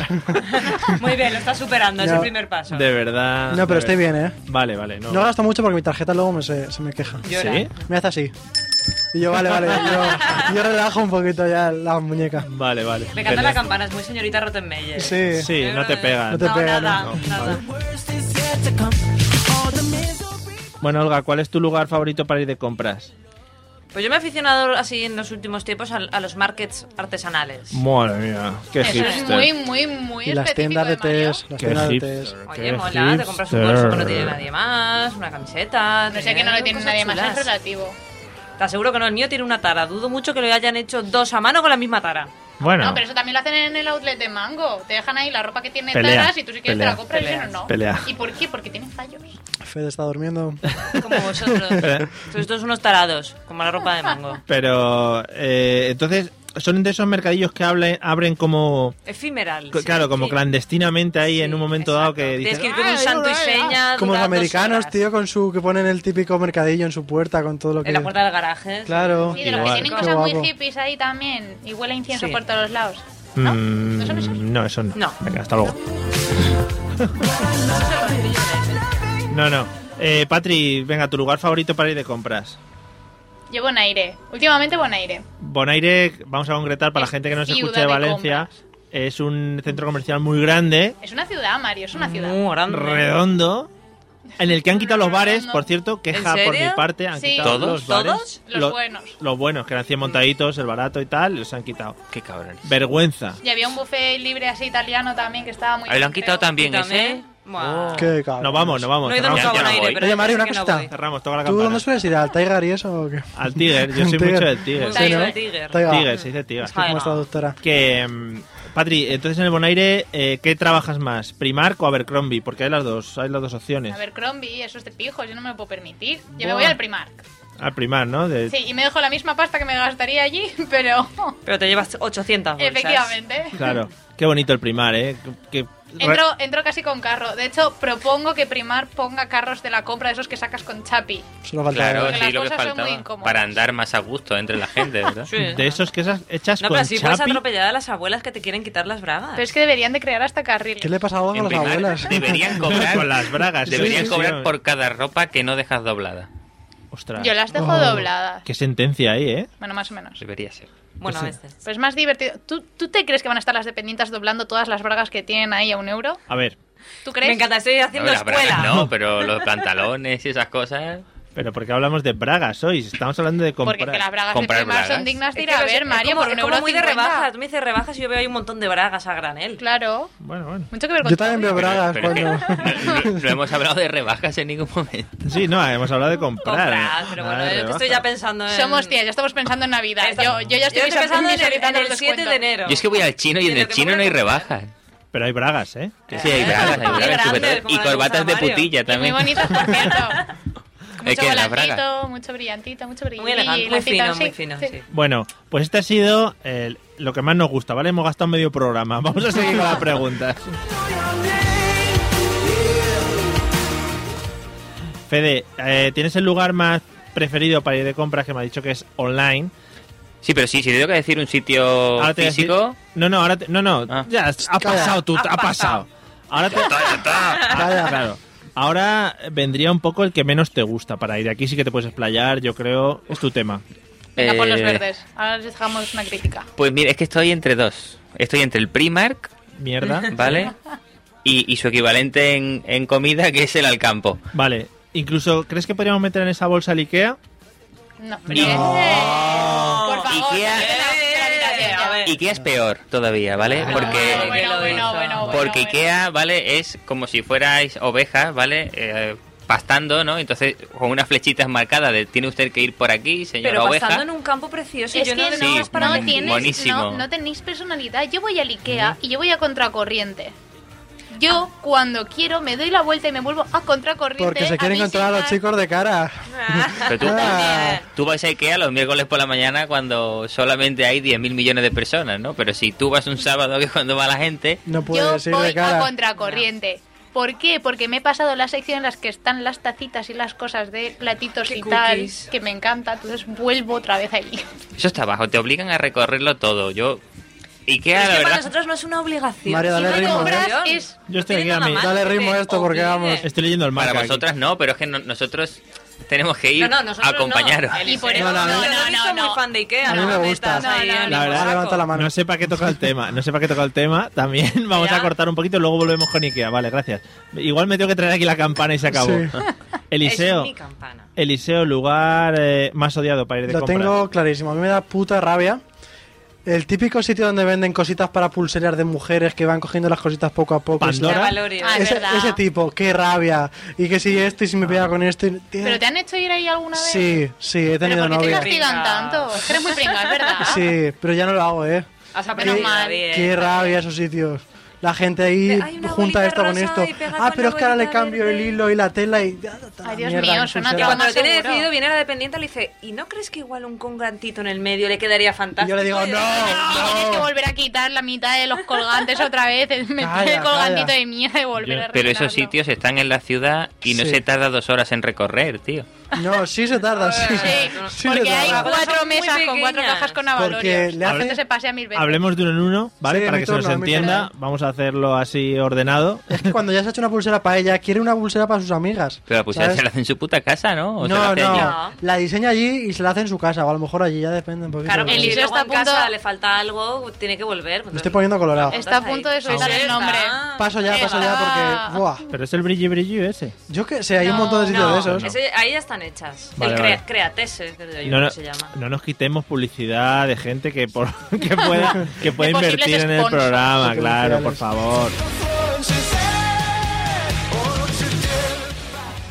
Speaker 6: Muy bien, lo estás superando, es
Speaker 7: No.
Speaker 6: el primer paso.
Speaker 4: De verdad.
Speaker 7: no,
Speaker 4: de
Speaker 7: pero estoy
Speaker 4: verdad.
Speaker 7: bien, ¿eh?
Speaker 4: Vale, vale, no.
Speaker 7: No gasto mucho porque mi tarjeta luego me se, se me queja.
Speaker 6: Llora.
Speaker 4: ¿Sí?
Speaker 7: Me hace así. Y yo, vale, vale. Yo, yo relajo un poquito ya la muñeca.
Speaker 4: Vale, vale.
Speaker 6: Me encanta la
Speaker 4: Pero-
Speaker 6: campana, es muy señorita Rottenmeier. Eh,
Speaker 7: Sí.
Speaker 4: Sí, no te pegan.
Speaker 7: No te
Speaker 6: no,
Speaker 7: pega,
Speaker 6: nada,
Speaker 7: no.
Speaker 6: nada.
Speaker 4: Bueno, Olga, ¿cuál es tu lugar favorito para ir de compras?
Speaker 6: Pues yo me he aficionado así en los últimos tiempos a, a los markets artesanales.
Speaker 4: Madre mía, qué
Speaker 5: Eso es muy, muy, muy
Speaker 7: Y las
Speaker 5: específico
Speaker 7: tiendas de
Speaker 5: Mario.
Speaker 7: tés. Las
Speaker 4: Qué
Speaker 7: tiendas de
Speaker 4: hipster.
Speaker 7: tés.
Speaker 6: Oye,
Speaker 4: Qué
Speaker 6: mola, te compras un
Speaker 4: hipster.
Speaker 6: bolso que no tiene nadie más, una camiseta.
Speaker 5: No sé
Speaker 6: tener
Speaker 5: que no lo tiene
Speaker 6: cosas
Speaker 5: nadie más,
Speaker 6: chulas.
Speaker 5: es relativo.
Speaker 6: Te aseguro que no, el mío tiene una tara. Dudo mucho que lo hayan hecho dos a mano con la misma tara.
Speaker 4: Bueno,
Speaker 5: No, pero eso también lo hacen en el outlet de Mango. Te dejan ahí la ropa que tiene
Speaker 4: Pelea,
Speaker 5: taras y tú si quieres
Speaker 4: pelea,
Speaker 5: te la compras y
Speaker 6: peleas,
Speaker 5: yo no.
Speaker 4: pelea.
Speaker 5: ¿Y por qué? Porque tiene fallos.
Speaker 7: Fede está durmiendo.
Speaker 6: Como vosotros. Sois todos unos tarados, como la ropa de mango.
Speaker 4: pero eh, entonces son de esos mercadillos que hablen- abren como...
Speaker 6: Efímeral.
Speaker 4: c- Claro, como
Speaker 6: Sí.
Speaker 4: clandestinamente ahí en un momento dado
Speaker 6: Exacto.
Speaker 4: que "Ah,
Speaker 6: Tienes
Speaker 4: dices...
Speaker 6: que ir con
Speaker 4: "Ay,
Speaker 6: un santo y
Speaker 4: ay, ay".
Speaker 6: seña.
Speaker 7: Como los
Speaker 6: durar dos
Speaker 7: americanos,
Speaker 6: horas.
Speaker 7: tío, con su que ponen el típico mercadillo en su puerta con todo lo que.
Speaker 6: En la puerta del garaje.
Speaker 7: Claro.
Speaker 5: Sí, de los que
Speaker 4: Igual.
Speaker 5: tienen
Speaker 7: Qué
Speaker 5: cosas muy
Speaker 7: guapo.
Speaker 5: hippies ahí también. Y huele a incienso
Speaker 6: Sí.
Speaker 5: por todos lados. ¿No? ¿No son esos?
Speaker 4: Mm, No, eso no.
Speaker 6: No.
Speaker 4: Venga, hasta luego. No, no. Eh, Patri, venga, tu lugar favorito para ir de compras.
Speaker 5: Yo Bonaire. Últimamente Bonaire.
Speaker 4: Bonaire, vamos a concretar para la
Speaker 5: Es
Speaker 4: gente que nos
Speaker 5: ciudad
Speaker 4: escuche de
Speaker 5: de
Speaker 4: Valencia, es un centro comercial muy grande,
Speaker 5: Es una ciudad, Mario, es una ciudad.
Speaker 6: Muy grande.
Speaker 4: redondo, en el que han quitado los bares, por cierto, queja
Speaker 6: ¿En
Speaker 4: por mi
Speaker 6: serio?
Speaker 4: parte, han
Speaker 5: Sí.
Speaker 4: quitado
Speaker 8: ¿Todos?
Speaker 4: los bares.
Speaker 6: ¿Todos? Mm.
Speaker 5: Los
Speaker 4: Lo-
Speaker 5: buenos.
Speaker 4: Los buenos, que eran 100 montaditos, el barato y tal, los han quitado.
Speaker 8: Qué cabrón.
Speaker 4: Vergüenza.
Speaker 5: Y había un buffet libre así italiano también que estaba muy
Speaker 8: Ahí lo han
Speaker 5: bien,
Speaker 8: quitado
Speaker 5: creo.
Speaker 8: también,
Speaker 6: ¿Y
Speaker 8: ese.
Speaker 6: también?
Speaker 4: Oh,
Speaker 6: Buah.
Speaker 7: Qué cabrón.
Speaker 4: Nos vamos, nos vamos.
Speaker 6: No he ido
Speaker 8: Cerramos
Speaker 6: nunca a
Speaker 8: ya,
Speaker 6: Bonaire,
Speaker 8: voy.
Speaker 6: pero
Speaker 7: Oye,
Speaker 6: ya
Speaker 7: Mario,
Speaker 6: sé
Speaker 7: una
Speaker 6: que no
Speaker 7: cosita.
Speaker 6: voy.
Speaker 4: Cerramos, toca la
Speaker 7: ¿Tú
Speaker 4: campana.
Speaker 7: dónde sueles ir? ¿Al Tiger y eso o qué?
Speaker 4: Al Tiger, yo
Speaker 7: Un
Speaker 4: soy
Speaker 7: Tiger.
Speaker 4: mucho del Tiger.
Speaker 7: Sí, ¿no?
Speaker 6: Tiger, Tiger.
Speaker 7: Tiger.
Speaker 4: Tiger, se dice
Speaker 6: Pues
Speaker 4: Tiger.
Speaker 7: Es que como es traductora.
Speaker 4: Que, mm, Patri, entonces en el Bonaire, eh, ¿qué trabajas más? ¿Primark o Abercrombie? Porque hay las dos, hay las dos opciones.
Speaker 5: A ver, Crombie, eso es de pijos, yo no me lo puedo permitir. Yo me
Speaker 4: Buah.
Speaker 5: voy al Primark.
Speaker 4: Al Primark, Ah, ¿no? De-
Speaker 5: Sí, y me dejo la misma pasta que me gastaría allí, pero
Speaker 6: Pero te llevas 800 bolsas.
Speaker 5: efectivamente.
Speaker 4: Claro. Qué bonito el Primar, ¿eh? Que- que-
Speaker 5: Entro, entro casi con carro. De hecho, propongo que Primar ponga carros de la compra de esos que sacas con Chapi.
Speaker 7: Solo falta.
Speaker 8: Claro,
Speaker 5: Porque
Speaker 8: sí,
Speaker 5: las
Speaker 8: lo que
Speaker 5: cosas son muy
Speaker 8: faltaba.
Speaker 5: incómodas.
Speaker 8: Para andar más a gusto entre la gente, ¿verdad?
Speaker 6: Sí.
Speaker 4: De esos que esas hechas
Speaker 6: No,
Speaker 4: con
Speaker 6: pero así puedes
Speaker 4: chapi.
Speaker 6: atropellar a las abuelas que te quieren quitar las bragas.
Speaker 5: Pero es que deberían de crear hasta carriles.
Speaker 7: ¿Qué le pasa a Olga a
Speaker 8: En
Speaker 7: las
Speaker 8: Primark
Speaker 7: abuelas?
Speaker 8: deberían cobrar
Speaker 4: Con las bragas,
Speaker 8: Deberían
Speaker 4: sí, sí, sí.
Speaker 8: cobrar por cada ropa que no dejas doblada.
Speaker 4: Ostras.
Speaker 5: Yo las dejo
Speaker 7: Oh.
Speaker 5: dobladas.
Speaker 4: Qué sentencia ahí, ¿eh?
Speaker 5: Bueno, más o menos.
Speaker 8: Debería ser.
Speaker 6: Bueno, a veces.
Speaker 5: Pero es más divertido. ¿Tú, ¿Tú te crees que van a estar las dependientes doblando todas las bragas que tienen ahí a un euro?
Speaker 4: A ver.
Speaker 5: ¿Tú crees?
Speaker 6: Me encanta, estoy
Speaker 8: No,
Speaker 6: haciendo
Speaker 8: las bragas
Speaker 6: escuela.
Speaker 8: no, pero los pantalones y esas cosas.
Speaker 4: Pero porque hablamos de bragas hoy, estamos hablando de comprar.
Speaker 5: Porque es que las bragas
Speaker 8: Comprar
Speaker 5: de Primark
Speaker 8: bragas.
Speaker 5: son dignas de ir
Speaker 6: Es que
Speaker 5: a
Speaker 6: no sé,
Speaker 5: ver,
Speaker 6: es
Speaker 5: Mario,
Speaker 6: como-
Speaker 5: por un
Speaker 6: es como
Speaker 5: euro
Speaker 6: muy de
Speaker 5: 50.
Speaker 6: rebajas. Tú me dices rebajas y yo veo ahí un montón de bragas a granel.
Speaker 5: Claro.
Speaker 4: Bueno, bueno.
Speaker 5: Mucho que ver con
Speaker 7: Yo también veo
Speaker 5: todo.
Speaker 7: bragas
Speaker 8: Pero es que
Speaker 7: cuando...
Speaker 8: no, no- no hemos hablado de rebajas en ningún momento.
Speaker 4: Sí, no, hemos hablado de comprar.
Speaker 6: Comprar, pero
Speaker 4: Nada
Speaker 6: bueno,
Speaker 4: de
Speaker 6: yo que estoy
Speaker 4: rebaja.
Speaker 6: ya pensando en...
Speaker 5: Somos tías, ya estamos pensando en Navidad.
Speaker 6: Esta-
Speaker 5: Yo, yo ya estoy,
Speaker 6: pensando en el,
Speaker 5: visualizando
Speaker 6: en el
Speaker 5: los
Speaker 6: 7 de
Speaker 5: descuentos.
Speaker 6: enero.
Speaker 8: Yo es que voy al chino y
Speaker 6: Sí,
Speaker 8: en
Speaker 6: lo
Speaker 8: el
Speaker 6: que
Speaker 8: chino no
Speaker 6: pongan
Speaker 8: hay
Speaker 6: en el
Speaker 8: rebajas.
Speaker 4: Pero hay bragas, ¿eh?
Speaker 8: Sí, hay bragas, hay
Speaker 6: Muy
Speaker 8: bragas.
Speaker 6: grandes,
Speaker 8: súper-
Speaker 6: como
Speaker 8: Y
Speaker 6: le gusta
Speaker 8: corbatas
Speaker 6: a
Speaker 8: de
Speaker 6: Mario.
Speaker 8: putilla
Speaker 5: Y muy
Speaker 8: también.
Speaker 5: bonitas, por cierto.
Speaker 8: Es
Speaker 5: Mucho
Speaker 8: que las bragas.
Speaker 5: volantito, mucho brillantito, mucho brillantito.
Speaker 6: Muy elegante, muy fino, muy fino, sí.
Speaker 4: Bueno, pues este ha sido el- lo que más nos gusta, ¿vale? Hemos gastado medio programa. Vamos a seguir con las preguntas. Fede, eh, ¿tienes el lugar más preferido para ir de compras que me ha dicho que es online?
Speaker 8: Sí, pero sí, si tengo que decir un sitio
Speaker 4: Ahora te voy a decir-
Speaker 8: físico.
Speaker 4: No, no, ahora te- no, no.
Speaker 8: Ah.
Speaker 4: Ya, ha pasado tú, ha pasado. Ahora te... Ah, claro. Ahora vendría un poco el que menos te gusta para ir. Aquí sí que te puedes explayar, yo creo. Es tu tema.
Speaker 5: Venga, por los
Speaker 8: eh,
Speaker 5: verdes. Ahora les dejamos una crítica.
Speaker 8: Pues mira, es que estoy entre dos. Estoy entre el Primark,
Speaker 4: Mierda.
Speaker 8: ¿vale? Y, y su equivalente en, en comida, que es el Alcampo.
Speaker 4: Vale. Incluso, ¿crees que podríamos meter en esa bolsa el Ikea?
Speaker 5: No, hombre. Por
Speaker 8: Ikea-
Speaker 5: favor, vete a la- vete a la habitación
Speaker 6: Eh,
Speaker 5: ya.
Speaker 6: a ver.
Speaker 8: Ikea es peor todavía, ¿vale?
Speaker 6: Ah,
Speaker 5: Bueno,
Speaker 8: Porque,
Speaker 5: bueno, bueno, bueno, bueno,
Speaker 8: porque
Speaker 5: bueno.
Speaker 8: Ikea, ¿vale? Es como si fuerais ovejas, ¿vale? Eh, pastando, ¿no? Entonces, con unas flechitas marcadas de tiene usted que ir por aquí, señora
Speaker 6: Pero
Speaker 8: oveja.
Speaker 6: pasando en un campo precioso,
Speaker 5: Es
Speaker 6: yo no
Speaker 5: que
Speaker 6: veo
Speaker 8: Sí,
Speaker 5: no,
Speaker 6: nada más para
Speaker 5: no
Speaker 8: buen-
Speaker 6: mí.
Speaker 5: tienes,
Speaker 8: buenísimo.
Speaker 5: No, no tenéis personalidad. Yo voy al Ikea y yo voy a contracorriente. Yo,
Speaker 8: Ah.
Speaker 5: cuando quiero, me doy la vuelta y me vuelvo a contracorriente.
Speaker 7: Porque se
Speaker 5: a
Speaker 7: quieren encontrar a los
Speaker 5: visitar-
Speaker 7: chicos de cara.
Speaker 8: Pero tú,
Speaker 7: Ah.
Speaker 8: tú vas a Ikea los miércoles por la mañana cuando solamente hay 10.000 millones de personas, ¿no? Pero si tú vas un sábado, que es cuando va la gente,
Speaker 7: No
Speaker 5: Yo
Speaker 7: puedes ir
Speaker 5: voy
Speaker 7: de cara.
Speaker 5: a contracorriente. ¿Por qué? Porque me he pasado la sección en las que están las tacitas y las cosas de platitos
Speaker 6: Qué
Speaker 5: y
Speaker 6: cookies.
Speaker 5: tal, que me encanta, entonces vuelvo otra vez allí.
Speaker 8: eso está abajo, te obligan a recorrerlo todo. Yo, Ikea,
Speaker 6: Es
Speaker 8: la
Speaker 6: que para
Speaker 8: verdad.
Speaker 6: nosotros no es una obligación.
Speaker 7: Mario, dale
Speaker 5: Si no
Speaker 7: ritmo,
Speaker 5: compras,
Speaker 7: ¿eh?
Speaker 5: es-
Speaker 4: Yo estoy aquí a mí.
Speaker 7: Dale ritmo a esto, porque vamos.
Speaker 4: Estoy leyendo el
Speaker 8: Para
Speaker 4: marca. aquí.
Speaker 8: vosotras no, pero es que no- nosotros tenemos que ir
Speaker 6: No, no,
Speaker 8: a
Speaker 6: nosotros
Speaker 8: acompañaros.
Speaker 6: no. Él
Speaker 5: Y
Speaker 6: es-
Speaker 5: por eso-
Speaker 6: no,
Speaker 7: no,
Speaker 6: no,
Speaker 5: no,
Speaker 6: no,
Speaker 5: no,
Speaker 6: soy
Speaker 5: no.
Speaker 6: muy fan de Ikea.
Speaker 7: A mí
Speaker 6: no
Speaker 7: me
Speaker 6: metas
Speaker 7: gusta.
Speaker 6: ahí
Speaker 5: No, no,
Speaker 6: en
Speaker 5: no.
Speaker 4: La
Speaker 6: ningún
Speaker 4: verdad,
Speaker 6: saco.
Speaker 7: levanta la mano.
Speaker 4: No sé para qué toca el tema, no sé para qué toca el tema. También vamos
Speaker 6: Ya.
Speaker 4: a cortar un poquito, luego volvemos con Ikea. Vale, gracias. Igual me tengo que traer aquí la campana y se acabó.
Speaker 7: Sí.
Speaker 4: Eliseo,
Speaker 6: Es mi campana.
Speaker 4: Eliseo, lugar eh, más odiado para ir de
Speaker 7: Lo
Speaker 4: compras.
Speaker 7: tengo clarísimo. A mí me da puta rabia. El típico sitio donde venden cositas para pulseras de mujeres que van cogiendo las cositas poco a poco. y se-
Speaker 4: Pandora.
Speaker 6: La Valorio.
Speaker 5: Ah, es
Speaker 7: Ese,
Speaker 5: verdad.
Speaker 7: ese tipo, qué rabia. Y que si esto y
Speaker 8: Ah.
Speaker 7: si me pega con esto. y-
Speaker 5: ¿Pero te han hecho ir ahí alguna vez?
Speaker 7: Sí, sí, he
Speaker 5: ¿Pero
Speaker 7: tenido
Speaker 5: por qué te
Speaker 7: novia.
Speaker 5: castigan
Speaker 6: Pringas.
Speaker 5: tanto? Es que eres muy pringas, ¿verdad?
Speaker 7: Sí, pero ya no lo hago, eh.
Speaker 6: Has
Speaker 5: Menos
Speaker 6: aprendido
Speaker 5: mal.
Speaker 6: bien.
Speaker 7: Qué rabia esos sitios. La gente ahí
Speaker 6: Hay una
Speaker 7: junta
Speaker 6: bolita
Speaker 7: esto con
Speaker 6: rosa
Speaker 7: esto.
Speaker 6: y pega
Speaker 7: Ah,
Speaker 6: con
Speaker 7: pero
Speaker 6: la
Speaker 7: es que ahora le
Speaker 6: bolita
Speaker 7: cambio el
Speaker 6: verde.
Speaker 7: hilo y la tela y.
Speaker 5: Ay, Dios mío,
Speaker 7: Mierda, mi
Speaker 5: suena
Speaker 7: pulsera.
Speaker 5: que
Speaker 6: Cuando
Speaker 5: Más
Speaker 6: lo tiene
Speaker 5: seguro.
Speaker 6: decidido, viene la dependiente y le dice, ¿y no crees que igual un colgantito en el medio le quedaría fantástico?
Speaker 7: Y yo le digo,
Speaker 6: Y
Speaker 7: no,
Speaker 5: Y tienes que volver a quitar la mitad de los colgantes otra vez, meter
Speaker 7: Calla,
Speaker 5: el colgantito
Speaker 7: calla.
Speaker 5: de mierda y volver a
Speaker 8: Pero
Speaker 5: rellenarlo.
Speaker 8: esos sitios están en la ciudad y no
Speaker 7: Sí.
Speaker 8: se tarda dos horas en recorrer, tío.
Speaker 7: No, sí se tarda, sí.
Speaker 5: Sí,
Speaker 7: sí se
Speaker 5: porque hay
Speaker 7: tarda.
Speaker 5: cuatro
Speaker 6: Son muy
Speaker 5: mesas con cuatro
Speaker 6: pequeñas.
Speaker 5: cajas con
Speaker 7: Porque
Speaker 5: avalorios.
Speaker 7: le hace-
Speaker 5: Esto se pasea mil veces.
Speaker 4: Hablemos de uno en uno, ¿vale?
Speaker 7: Sí,
Speaker 4: para
Speaker 7: mi
Speaker 4: que se
Speaker 7: turno,
Speaker 4: nos
Speaker 7: mi
Speaker 4: entienda.
Speaker 7: turno.
Speaker 4: Vamos a hacerlo así ordenado.
Speaker 7: Cuando ya se ha hecho una pulsera para ella, quiere una pulsera para sus amigas.
Speaker 8: Pero la pusieron
Speaker 7: ¿sabes?
Speaker 8: se la hace en su puta casa, ¿no? ¿O se la
Speaker 7: No,
Speaker 8: hace allí?
Speaker 7: no.
Speaker 6: allí.
Speaker 7: La diseña allí y se la hace en su casa, o a lo mejor allí ya depende un poquito.
Speaker 6: Claro,
Speaker 7: de-
Speaker 5: el-
Speaker 6: Eliseo
Speaker 5: Eliseo
Speaker 6: está
Speaker 5: está
Speaker 6: en
Speaker 5: a punto-
Speaker 6: casa, le falta algo, tiene que volver. Pues
Speaker 7: Me estoy poniendo colorado.
Speaker 5: Está a punto de soltar el nombre.
Speaker 7: Paso ya, paso ya, porque. Buah.
Speaker 4: Pero es el brilli brilli ese.
Speaker 7: Yo que sé, hay un
Speaker 5: No,
Speaker 7: montón de sitios
Speaker 6: No,
Speaker 7: de esos.
Speaker 6: ese- ahí ya están hechas.
Speaker 4: Vale,
Speaker 6: el crea-
Speaker 4: vale.
Speaker 6: createse, creo yo,
Speaker 4: No, no,
Speaker 6: que se llama.
Speaker 4: no nos quitemos publicidad de gente que, por- que pueda, que pueda
Speaker 5: De posibles
Speaker 4: invertir en el
Speaker 5: sponsors.
Speaker 4: programa,
Speaker 7: De
Speaker 4: claro,
Speaker 7: comerciales.
Speaker 4: por favor.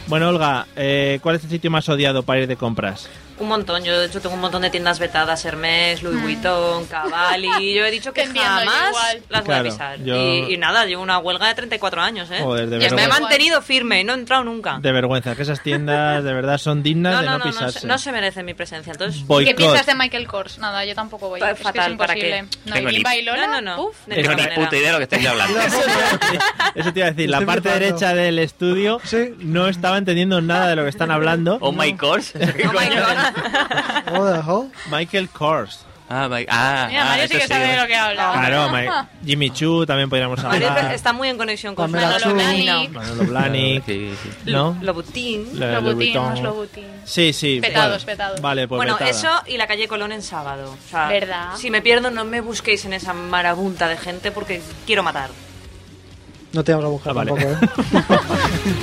Speaker 4: Bueno, Olga, eh, ¿cuál es el sitio más odiado para ir de compras?
Speaker 6: Un montón, yo de hecho tengo un montón de tiendas vetadas, Hermes, Louis Vuitton, Cavalli, yo he dicho que
Speaker 5: Mm. Te entiendo, yo
Speaker 6: jamás
Speaker 5: igual.
Speaker 6: las voy a
Speaker 4: Claro,
Speaker 6: pisar.
Speaker 4: yo-
Speaker 6: Y, y nada, llevo una huelga de 34 años, ¿eh?
Speaker 4: Joder, de
Speaker 5: Yo
Speaker 6: me he
Speaker 5: vergüenza.
Speaker 6: mantenido firme, no he entrado nunca.
Speaker 4: De vergüenza, que esas tiendas de verdad son dignas
Speaker 6: Ah. no,
Speaker 4: de
Speaker 6: no,
Speaker 4: no,
Speaker 6: no, no, se-
Speaker 4: pisarse.
Speaker 6: no se merece mi presencia, entonces...
Speaker 5: ¿Qué
Speaker 4: Boicot.
Speaker 5: piensas de Michael Kors? Nada, yo tampoco voy.
Speaker 6: Pa-
Speaker 5: Es que
Speaker 6: Pues fatal,
Speaker 5: es
Speaker 6: ¿para
Speaker 5: imposible.
Speaker 6: qué?
Speaker 5: No,
Speaker 8: Tengo
Speaker 5: y
Speaker 8: ni-
Speaker 5: Bailola,
Speaker 6: No, no, no.
Speaker 5: uf.
Speaker 6: De
Speaker 8: Tengo
Speaker 6: ninguna
Speaker 8: ni
Speaker 6: manera.
Speaker 8: puta idea de lo que estáis hablando.
Speaker 4: Eso te iba a decir, la
Speaker 7: Estoy
Speaker 4: parte
Speaker 7: flipando.
Speaker 4: derecha del estudio
Speaker 7: Sí.
Speaker 4: no estaba entendiendo nada de lo que están hablando.
Speaker 8: oh my course. ¿Qué
Speaker 6: Oh my
Speaker 8: coño?
Speaker 6: God.
Speaker 7: What the hell?
Speaker 4: Michael Kors.
Speaker 8: Ah, my- ah,
Speaker 5: Mira,
Speaker 8: ah,
Speaker 5: Mario
Speaker 8: eso
Speaker 5: sí que sabe de lo que habla.
Speaker 4: Claro, Mi- Jimmy Choo también podríamos
Speaker 6: Mario
Speaker 4: hablar.
Speaker 6: está muy en conexión con
Speaker 7: Pamela
Speaker 6: su-
Speaker 7: Chu.
Speaker 4: Manolo Blahnik,
Speaker 8: Sí, sí.
Speaker 4: ¿no?
Speaker 6: Lobutín.
Speaker 4: La-
Speaker 5: Lo
Speaker 4: Louis
Speaker 5: butín,
Speaker 4: Vuitton.
Speaker 5: los Lobutín.
Speaker 4: Sí, sí.
Speaker 5: Petados,
Speaker 4: bueno.
Speaker 5: petados.
Speaker 4: Vale, pues
Speaker 6: Bueno,
Speaker 4: petada.
Speaker 6: eso y la calle Colón en sábado. O sea,
Speaker 5: ¿Verdad?
Speaker 6: Si me pierdo, no me busquéis en esa marabunta de gente porque quiero matar.
Speaker 7: No te vamos a buscar ¿eh?
Speaker 4: Ah, vale.
Speaker 7: tampoco, ¿eh?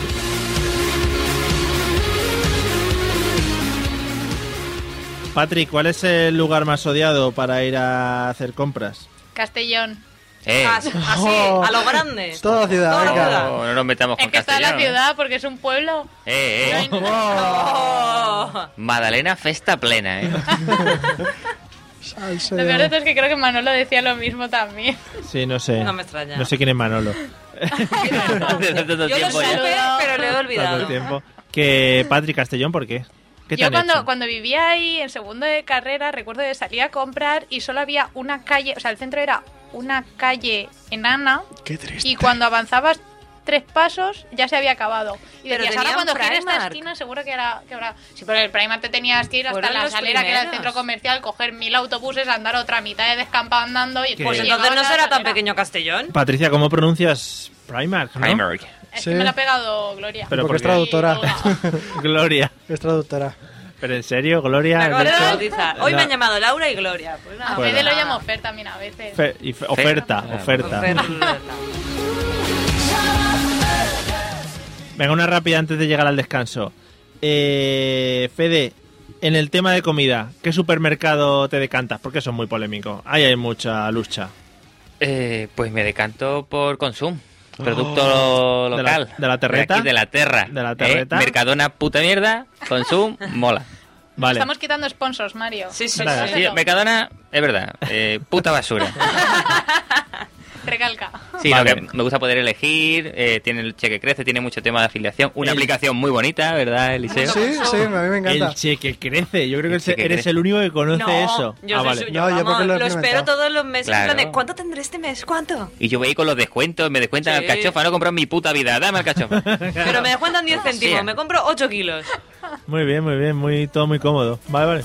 Speaker 4: Patrick, ¿cuál es el lugar más odiado para ir a hacer compras?
Speaker 5: Castellón.
Speaker 8: Eh,
Speaker 6: Así, así, a lo grande.
Speaker 7: Toda ciudad,
Speaker 6: Toda
Speaker 7: venga.
Speaker 6: ciudad.
Speaker 8: no, no nos metamos
Speaker 5: Es
Speaker 8: con
Speaker 5: que está la
Speaker 8: Castellón.
Speaker 5: ciudad porque es un pueblo.
Speaker 8: Eh, eh.
Speaker 5: No hay-
Speaker 6: Oh.
Speaker 8: Madalena festa plena, eh.
Speaker 7: Salsa
Speaker 5: Lo
Speaker 7: de-
Speaker 5: peor de todo es que creo que Manolo decía lo mismo también.
Speaker 4: Sí, no sé.
Speaker 6: No me extraña.
Speaker 4: Eh, No sé quién es Manolo.
Speaker 8: Desde tanto
Speaker 6: Yo lo
Speaker 8: tiempo ya.
Speaker 6: supe, pero lo he
Speaker 4: Tanto
Speaker 6: olvidado.
Speaker 4: tiempo. Que Patrick Castellón, ¿por qué? ¿Qué te
Speaker 5: Yo
Speaker 4: han
Speaker 5: cuando,
Speaker 4: hecho?
Speaker 5: cuando vivía ahí, en segundo de carrera, recuerdo que salía a comprar y solo había una calle, o sea, el centro era una calle enana
Speaker 7: Qué triste.
Speaker 5: y
Speaker 4: Este.
Speaker 5: cuando avanzabas tres pasos ya se había acabado. Y
Speaker 6: Pero
Speaker 5: decías, ahora
Speaker 6: tenía
Speaker 5: cuando
Speaker 6: un
Speaker 5: gire esta
Speaker 6: Primark".
Speaker 5: esquina seguro que era que habrá... Sí, pero el Primark te tenías que ir hasta
Speaker 6: Fueron
Speaker 5: la
Speaker 6: los
Speaker 5: salera, que era el
Speaker 6: primeros.
Speaker 5: centro comercial, coger mil autobuses, andar otra mitad de descampado andando y...
Speaker 4: ¿Qué?
Speaker 6: Pues entonces no
Speaker 5: llegabas a la
Speaker 6: será tan
Speaker 5: salera.
Speaker 6: pequeño Castellón.
Speaker 4: Patricia, ¿cómo pronuncias Primark? no?
Speaker 8: Primark.
Speaker 5: Es
Speaker 7: Sí.
Speaker 5: que me lo ha pegado Gloria.
Speaker 4: Pero
Speaker 7: Porque
Speaker 4: ¿por
Speaker 7: es
Speaker 4: qué?
Speaker 7: traductora.
Speaker 4: Gloria.
Speaker 7: es traductora.
Speaker 4: Pero en serio, Gloria.
Speaker 6: Me
Speaker 4: ¿has
Speaker 6: acabo de
Speaker 4: dicho?
Speaker 6: bautizar. Hoy me
Speaker 4: No.
Speaker 6: han llamado Laura y Gloria. Pues nada,
Speaker 5: A
Speaker 4: Bueno.
Speaker 5: Fede lo llamo Fer también a veces.
Speaker 4: Fe- y fe- oferta,
Speaker 8: Fe-
Speaker 4: oferta.
Speaker 6: Oferta.
Speaker 4: Venga, una rápida antes de llegar al descanso. Eh, Fede, en el tema de comida, ¿qué supermercado te decantas? Porque eso es muy polémico. Ahí hay mucha lucha.
Speaker 8: Eh, pues me decanto por Consum. Producto
Speaker 7: Oh.
Speaker 4: ¿De la-
Speaker 8: local.
Speaker 4: de la terreta?
Speaker 8: De, aquí, de la terra.
Speaker 4: ¿De la
Speaker 8: ¿eh?
Speaker 4: terreta?
Speaker 8: Mercadona puta mierda. Consum mola.
Speaker 4: Vale.
Speaker 5: Estamos quitando sponsors, Mario.
Speaker 6: Sí, sí,
Speaker 4: Nada.
Speaker 8: Sí,
Speaker 6: sí.
Speaker 8: Mercadona es verdad. eh, puta basura.
Speaker 5: Recalca.
Speaker 8: Sí,
Speaker 4: Vale.
Speaker 8: lo que me gusta poder elegir. eh, tiene el cheque crece, tiene mucho tema de afiliación. Una
Speaker 4: El-
Speaker 8: aplicación muy bonita, ¿verdad, Eliseo?
Speaker 7: Sí, sí, a mí me encanta.
Speaker 4: El cheque crece. Yo creo que el
Speaker 8: El cheque
Speaker 4: eres
Speaker 8: crece.
Speaker 4: el único que conoce
Speaker 6: No,
Speaker 4: eso.
Speaker 6: Yo
Speaker 4: ah,
Speaker 6: soy
Speaker 4: vale.
Speaker 6: suyo.
Speaker 7: No, yo
Speaker 6: vamos,
Speaker 7: porque lo he
Speaker 6: lo espero
Speaker 7: implementado.
Speaker 6: todos los meses. en
Speaker 8: Claro.
Speaker 6: plan de, ¿Cuánto tendré este mes? ¿Cuánto?
Speaker 8: Y yo voy ahí con los descuentos, me descuentan
Speaker 6: Sí.
Speaker 8: al alcachofa, no he comprado en mi puta vida, dame alcachofa.
Speaker 6: Pero me descuentan 10 céntimos,
Speaker 8: Sí.
Speaker 6: me compro 8 kilos.
Speaker 4: Muy bien, muy bien. Muy, todo muy cómodo. Vale, vale.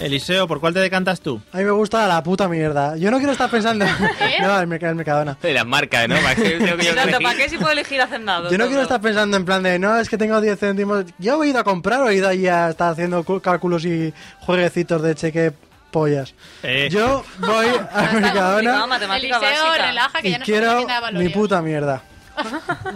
Speaker 4: Eliseo, ¿por cuál te decantas tú?
Speaker 7: A mí me gusta la puta mierda. Yo no quiero estar pensando. no, el, merc- el Mercadona.
Speaker 8: De las marcas, ¿no? Para que tengo que yo
Speaker 6: Tanto,
Speaker 8: elegir.
Speaker 6: ¿para qué si puedo elegir hacendado?
Speaker 7: Yo no
Speaker 6: todo?
Speaker 7: quiero estar pensando en plan de, no, es que tengo 10 céntimos. Yo he ido a comprar o he ido ahí a estar haciendo cu- cálculos y jueguecitos de cheque pollas.
Speaker 4: Eh.
Speaker 7: Yo voy
Speaker 6: Ya
Speaker 7: al
Speaker 6: está complicado,
Speaker 7: Mercadona
Speaker 6: matemática
Speaker 5: Eliseo,
Speaker 6: básica.
Speaker 5: relaja que
Speaker 7: y
Speaker 5: ya no se
Speaker 7: quiero
Speaker 5: tiene nada
Speaker 7: mi puta mierda.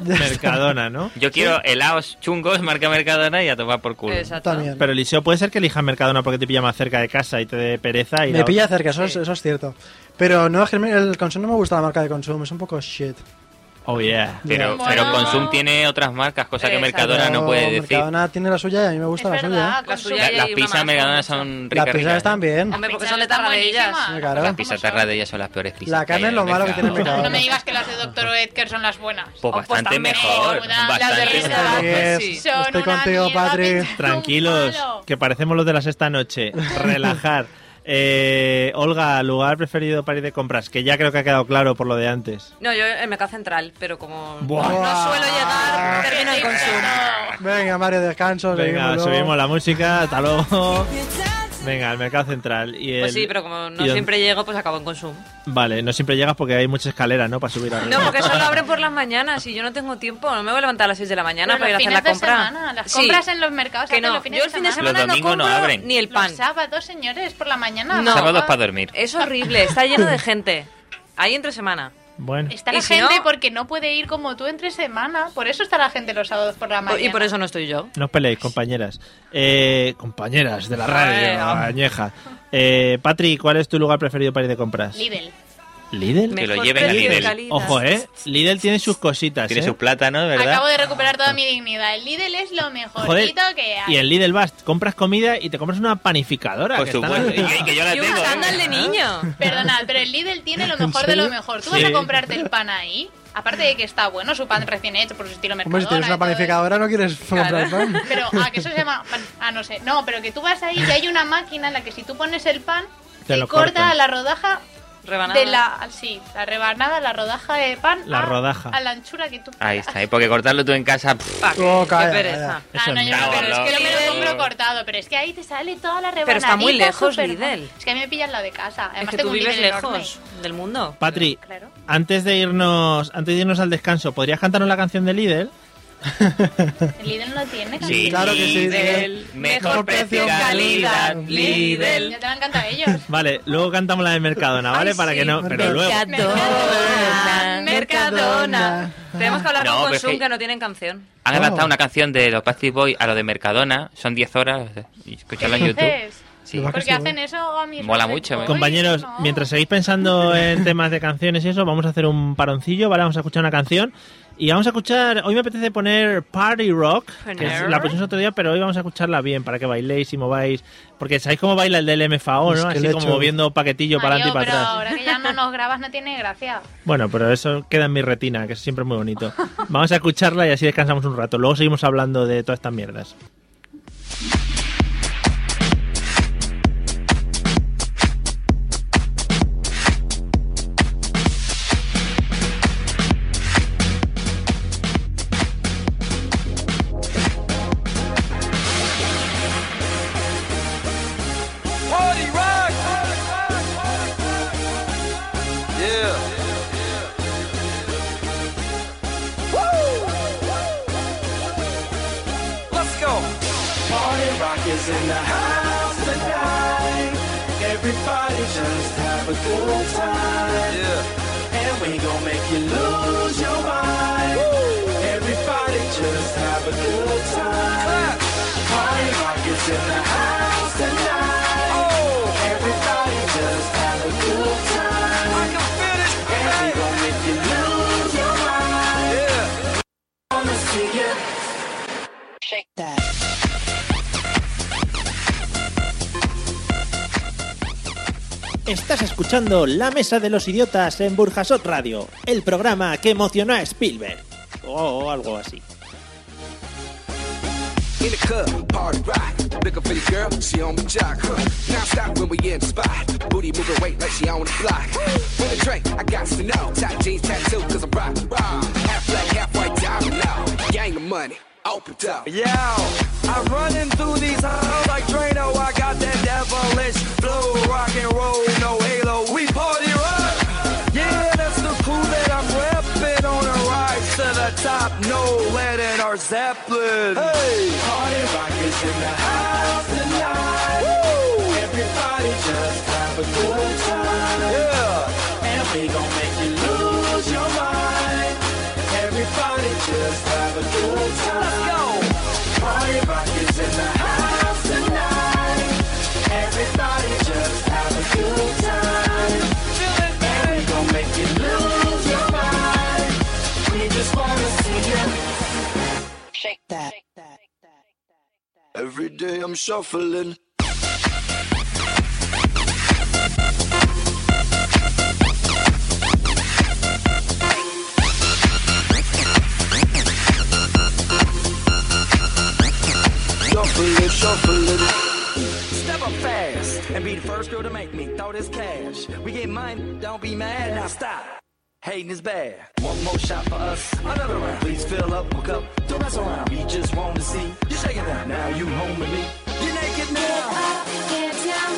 Speaker 7: Ya está.
Speaker 4: Mercadona, ¿no?
Speaker 8: Yo quiero helados chungos, marca Mercadona y a tomar por culo.
Speaker 6: Exacto.
Speaker 7: Puta mierda.
Speaker 4: Pero Eliseo, puede ser que elijas Mercadona porque te pilla más cerca de casa y te dé pereza. Y
Speaker 7: Me
Speaker 4: la-
Speaker 7: pilla cerca, eso, es- eso es cierto. Pero no, es que el consumo no me gusta la marca de consumo, es un poco shit.
Speaker 4: Oh, yeah.
Speaker 8: Pero,
Speaker 5: Bueno.
Speaker 8: pero Consum tiene otras marcas, cosa que
Speaker 6: Exacto.
Speaker 8: Mercadona no puede
Speaker 7: Pero
Speaker 8: decir.
Speaker 7: Mercadona tiene la suya y a mí me gusta la
Speaker 5: es
Speaker 7: suya.
Speaker 5: verdad,
Speaker 6: La
Speaker 5: con su-
Speaker 6: suya
Speaker 8: La-
Speaker 6: y
Speaker 8: las
Speaker 6: una
Speaker 8: pizzas
Speaker 6: más,
Speaker 8: Mercadona
Speaker 6: ¿no?
Speaker 8: son
Speaker 7: Las
Speaker 8: ricas.
Speaker 7: pizzas
Speaker 8: ricas,
Speaker 7: están bien.
Speaker 6: Hombre, porque
Speaker 5: Pizzas
Speaker 6: son de
Speaker 5: están
Speaker 6: Tarradellas.
Speaker 5: buenísimas.
Speaker 7: Claro.
Speaker 8: Las pizzas tarra de ellas son las peores pizzas.
Speaker 7: La carne
Speaker 8: que
Speaker 7: es lo
Speaker 8: hay en el
Speaker 7: malo que tiene
Speaker 8: mercado.
Speaker 7: Mercadona.
Speaker 5: No me digas que las de Dr. Edgar son las buenas.
Speaker 8: Pues
Speaker 6: Oh, pues
Speaker 8: bastante
Speaker 6: están
Speaker 8: mejor.
Speaker 5: mejor, las de
Speaker 8: bastante
Speaker 5: Risto
Speaker 8: mejor.
Speaker 6: Vázquez.
Speaker 7: Yes,
Speaker 6: sí.
Speaker 5: Son
Speaker 7: Estoy
Speaker 5: una
Speaker 7: contigo,
Speaker 5: mierda,
Speaker 7: Patri.
Speaker 5: pinche un
Speaker 4: Tranquilos,
Speaker 5: palo.
Speaker 4: que parecemos los de las esta noche. Relajar. Eh, Olga, lugar preferido para ir de compras, que ya creo que ha quedado claro por lo de antes.
Speaker 6: No, yo en Mercado Central, pero como
Speaker 4: Buah.
Speaker 6: no suelo
Speaker 5: Ah.
Speaker 6: llegar, pues termino en consumo.
Speaker 7: Venga, Mario, descanso.
Speaker 4: Venga,
Speaker 7: seguimos luego.
Speaker 4: subimos la música, hasta luego. Venga, el mercado central. Y el-
Speaker 6: Pues sí, pero como no
Speaker 4: y el-
Speaker 6: siempre llego, pues acabo en consumo.
Speaker 4: Vale, no siempre llegas porque hay muchas escaleras, ¿no? Para subir arriba.
Speaker 6: No, porque solo abren por las mañanas y yo no tengo tiempo. No me voy a levantar a las 6 de la mañana
Speaker 5: Pero
Speaker 6: para ir a
Speaker 5: los
Speaker 6: hacer la
Speaker 5: fines de
Speaker 6: compra.
Speaker 5: semana, las
Speaker 6: Sí,
Speaker 5: compras en los mercados
Speaker 6: que
Speaker 5: hacen
Speaker 6: no.
Speaker 5: los fines
Speaker 6: yo
Speaker 5: de
Speaker 6: el fin de
Speaker 5: semana.
Speaker 6: semana
Speaker 8: Los
Speaker 6: no
Speaker 8: domingos no
Speaker 6: compro
Speaker 8: abren.
Speaker 6: ni el pan.
Speaker 5: Los sábados, señores, por la mañana.
Speaker 6: No.
Speaker 8: Sábados para dormir.
Speaker 6: Es horrible, está lleno de gente. Ahí entre semana.
Speaker 4: Bueno,
Speaker 5: Está la
Speaker 6: Y si
Speaker 5: gente
Speaker 6: no-
Speaker 5: porque no puede ir como tú entre semana. Por eso está la gente los sábados por la mañana.
Speaker 6: Y por eso no estoy yo.
Speaker 4: no os peleéis, compañeras. Eh, compañeras de la radio,
Speaker 6: Bueno.
Speaker 4: añeja. Eh, Patri, ¿cuál es tu lugar preferido para ir de compras?
Speaker 5: Lidl.
Speaker 4: ¿Lidl?
Speaker 8: Me- lo
Speaker 6: Mejor
Speaker 8: lleven a
Speaker 6: precio,
Speaker 8: Lidl.
Speaker 6: calidad.
Speaker 4: Ojo, ¿eh? Lidl tiene sus cositas,
Speaker 8: Tiene
Speaker 4: ¿eh?
Speaker 8: sus plátanos, ¿verdad?
Speaker 5: Acabo de recuperar toda mi dignidad. El Lidl es lo
Speaker 4: Joder,
Speaker 5: mejorcito que hay.
Speaker 4: y en Lidl vas, compras comida y te compras una panificadora.
Speaker 8: Por
Speaker 4: que está-
Speaker 8: supuesto. Y, y que yo la
Speaker 6: Y un
Speaker 8: tengo. ¿eh?
Speaker 6: chándal de niño.
Speaker 5: Perdona, pero el Lidl tiene lo mejor de lo mejor. Tú vas
Speaker 4: Sí.
Speaker 5: a comprarte el pan ahí, aparte de que está bueno, su pan recién hecho por su estilo mercadona.
Speaker 7: Hombre, si tienes
Speaker 5: y
Speaker 7: una
Speaker 5: todo
Speaker 7: panificadora, no quieres comprar pan.
Speaker 5: eso. Pero, ¿a que eso se llama pan? Ah, no sé. No, pero que tú vas ahí y hay una máquina en la que si tú pones el pan,
Speaker 4: Te
Speaker 5: te
Speaker 4: lo
Speaker 5: corta
Speaker 4: cortan.
Speaker 5: la rodaja
Speaker 6: Rebanada.
Speaker 5: de la... ah, Sí, la rebanada, la rodaja de pan.
Speaker 4: La
Speaker 5: a-
Speaker 4: rodaja.
Speaker 5: A la anchura que tú...
Speaker 8: Ahí está. Y porque cortarlo tú en casa. pff,
Speaker 6: Pa,
Speaker 7: Oh,
Speaker 6: qué
Speaker 7: calla,
Speaker 6: pereza.
Speaker 4: Eso
Speaker 5: Ah, no,
Speaker 4: es
Speaker 5: yo, no,
Speaker 8: mierda.
Speaker 5: pero es que yo me
Speaker 8: Lidl.
Speaker 5: lo compro cortado, pero es que ahí te sale toda la rebanadita.
Speaker 6: Pero está muy lejos,
Speaker 5: súper
Speaker 6: Lidl.
Speaker 5: buena. Es que a mí me pillan la de casa. Además
Speaker 6: Es que
Speaker 5: tengo
Speaker 6: tú
Speaker 5: un
Speaker 6: vives
Speaker 5: Lidl enorme.
Speaker 6: lejos del mundo.
Speaker 4: Patri,
Speaker 5: Claro.
Speaker 4: antes de irnos, antes de irnos al descanso, ¿podrías cantarnos la canción de Lidl?
Speaker 5: El Lidl no tiene
Speaker 8: Sí,
Speaker 7: Claro que sí,
Speaker 6: Lidl, mejor precio, calidad, Lidl.
Speaker 5: Ya te la han cantado ellos.
Speaker 4: Vale, luego cantamos la de Mercadona, ¿vale? Para que no, pero luego.
Speaker 6: Mercadona,
Speaker 7: Mercadona,
Speaker 9: Ah,
Speaker 6: Tenemos que hablar
Speaker 10: No,
Speaker 6: con
Speaker 10: pero es
Speaker 6: Consum,
Speaker 10: que-
Speaker 6: que no tienen canción.
Speaker 10: Han
Speaker 9: Oh.
Speaker 10: adaptado una canción de los Backstreet Boys a lo de Mercadona. Son 10 horas. y Escucharla en YouTube.
Speaker 11: Dices,
Speaker 10: Sí.
Speaker 12: Lo va-
Speaker 11: Porque hacen eso a mis
Speaker 10: Mola mucho, ¿eh?
Speaker 4: Compañeros, mientras seguís pensando en temas de canciones y eso, vamos a hacer un paroncillo, ¿vale? Vamos a escuchar una canción. Y vamos a escuchar, hoy me apetece poner Party Rock, que es- la pusimos otro día, pero hoy vamos a escucharla bien para que bailéis y mováis. Porque sabéis cómo baila el del MFAO, ¿no? Así
Speaker 12: Esqueleto.
Speaker 4: como moviendo paquetillo para adelante y
Speaker 11: pero
Speaker 4: para atrás.
Speaker 11: ahora que ya no nos grabas no tiene gracia.
Speaker 4: Bueno, pero eso queda en mi retina, que es siempre muy bonito. Vamos a escucharla y así descansamos un rato. Luego seguimos hablando de todas estas mierdas.
Speaker 7: Party rock! Yeah. Woo! Let's go. Party rock is in the house tonight. Everybody just have a good time. Yeah. And we gon' make you lose your mind. Everybody just have a good time. Party rock is in the house tonight. Everybody just have a good time. I can feel it. And we gon' make you lose your mind. Yeah. Wanna see you. Shake that.
Speaker 4: Estás escuchando La Mesa de los Idiotas en Burjasot Radio, el programa que emocionó a Spielberg. O algo así.
Speaker 7: In the club, party rock. Looking for your girl, she on the jock. Huh. Now stop when we in the spot. Booty moving weight like she on the block. With a drink, I got to know. Tight jeans tattoo, cause I'm rock, rock. Half black, half white, diamond now. Gang the money, open up.
Speaker 5: Yeah, I'm running through these halls like Drano. I got that devilish flow, rock and roll, no halo. We party rock. Yeah, that's the crew that I'm repping on a rise to the top. No lead in our Zeppelin. Hey,
Speaker 7: Party rock is in the house tonight. Everybody just have a good time. Yeah. And we gon' make you lose your mind. Everybody just have a good time. Let's go. Party rock is in the house tonight. Everybody just have a good time. And we gon' make you lose your mind. We just wanna see you. Shake that.
Speaker 5: every day I'm shuffling. Shuffling, shuffling.
Speaker 7: Step up fast and be the first girl to make me throw this cash. We get mine, don't be mad, now stop. Hating is bad. One more shot for us, another round. Please fill up my cup, don't mess around. We just want to see you shaking down. Now you home with me. You naked now.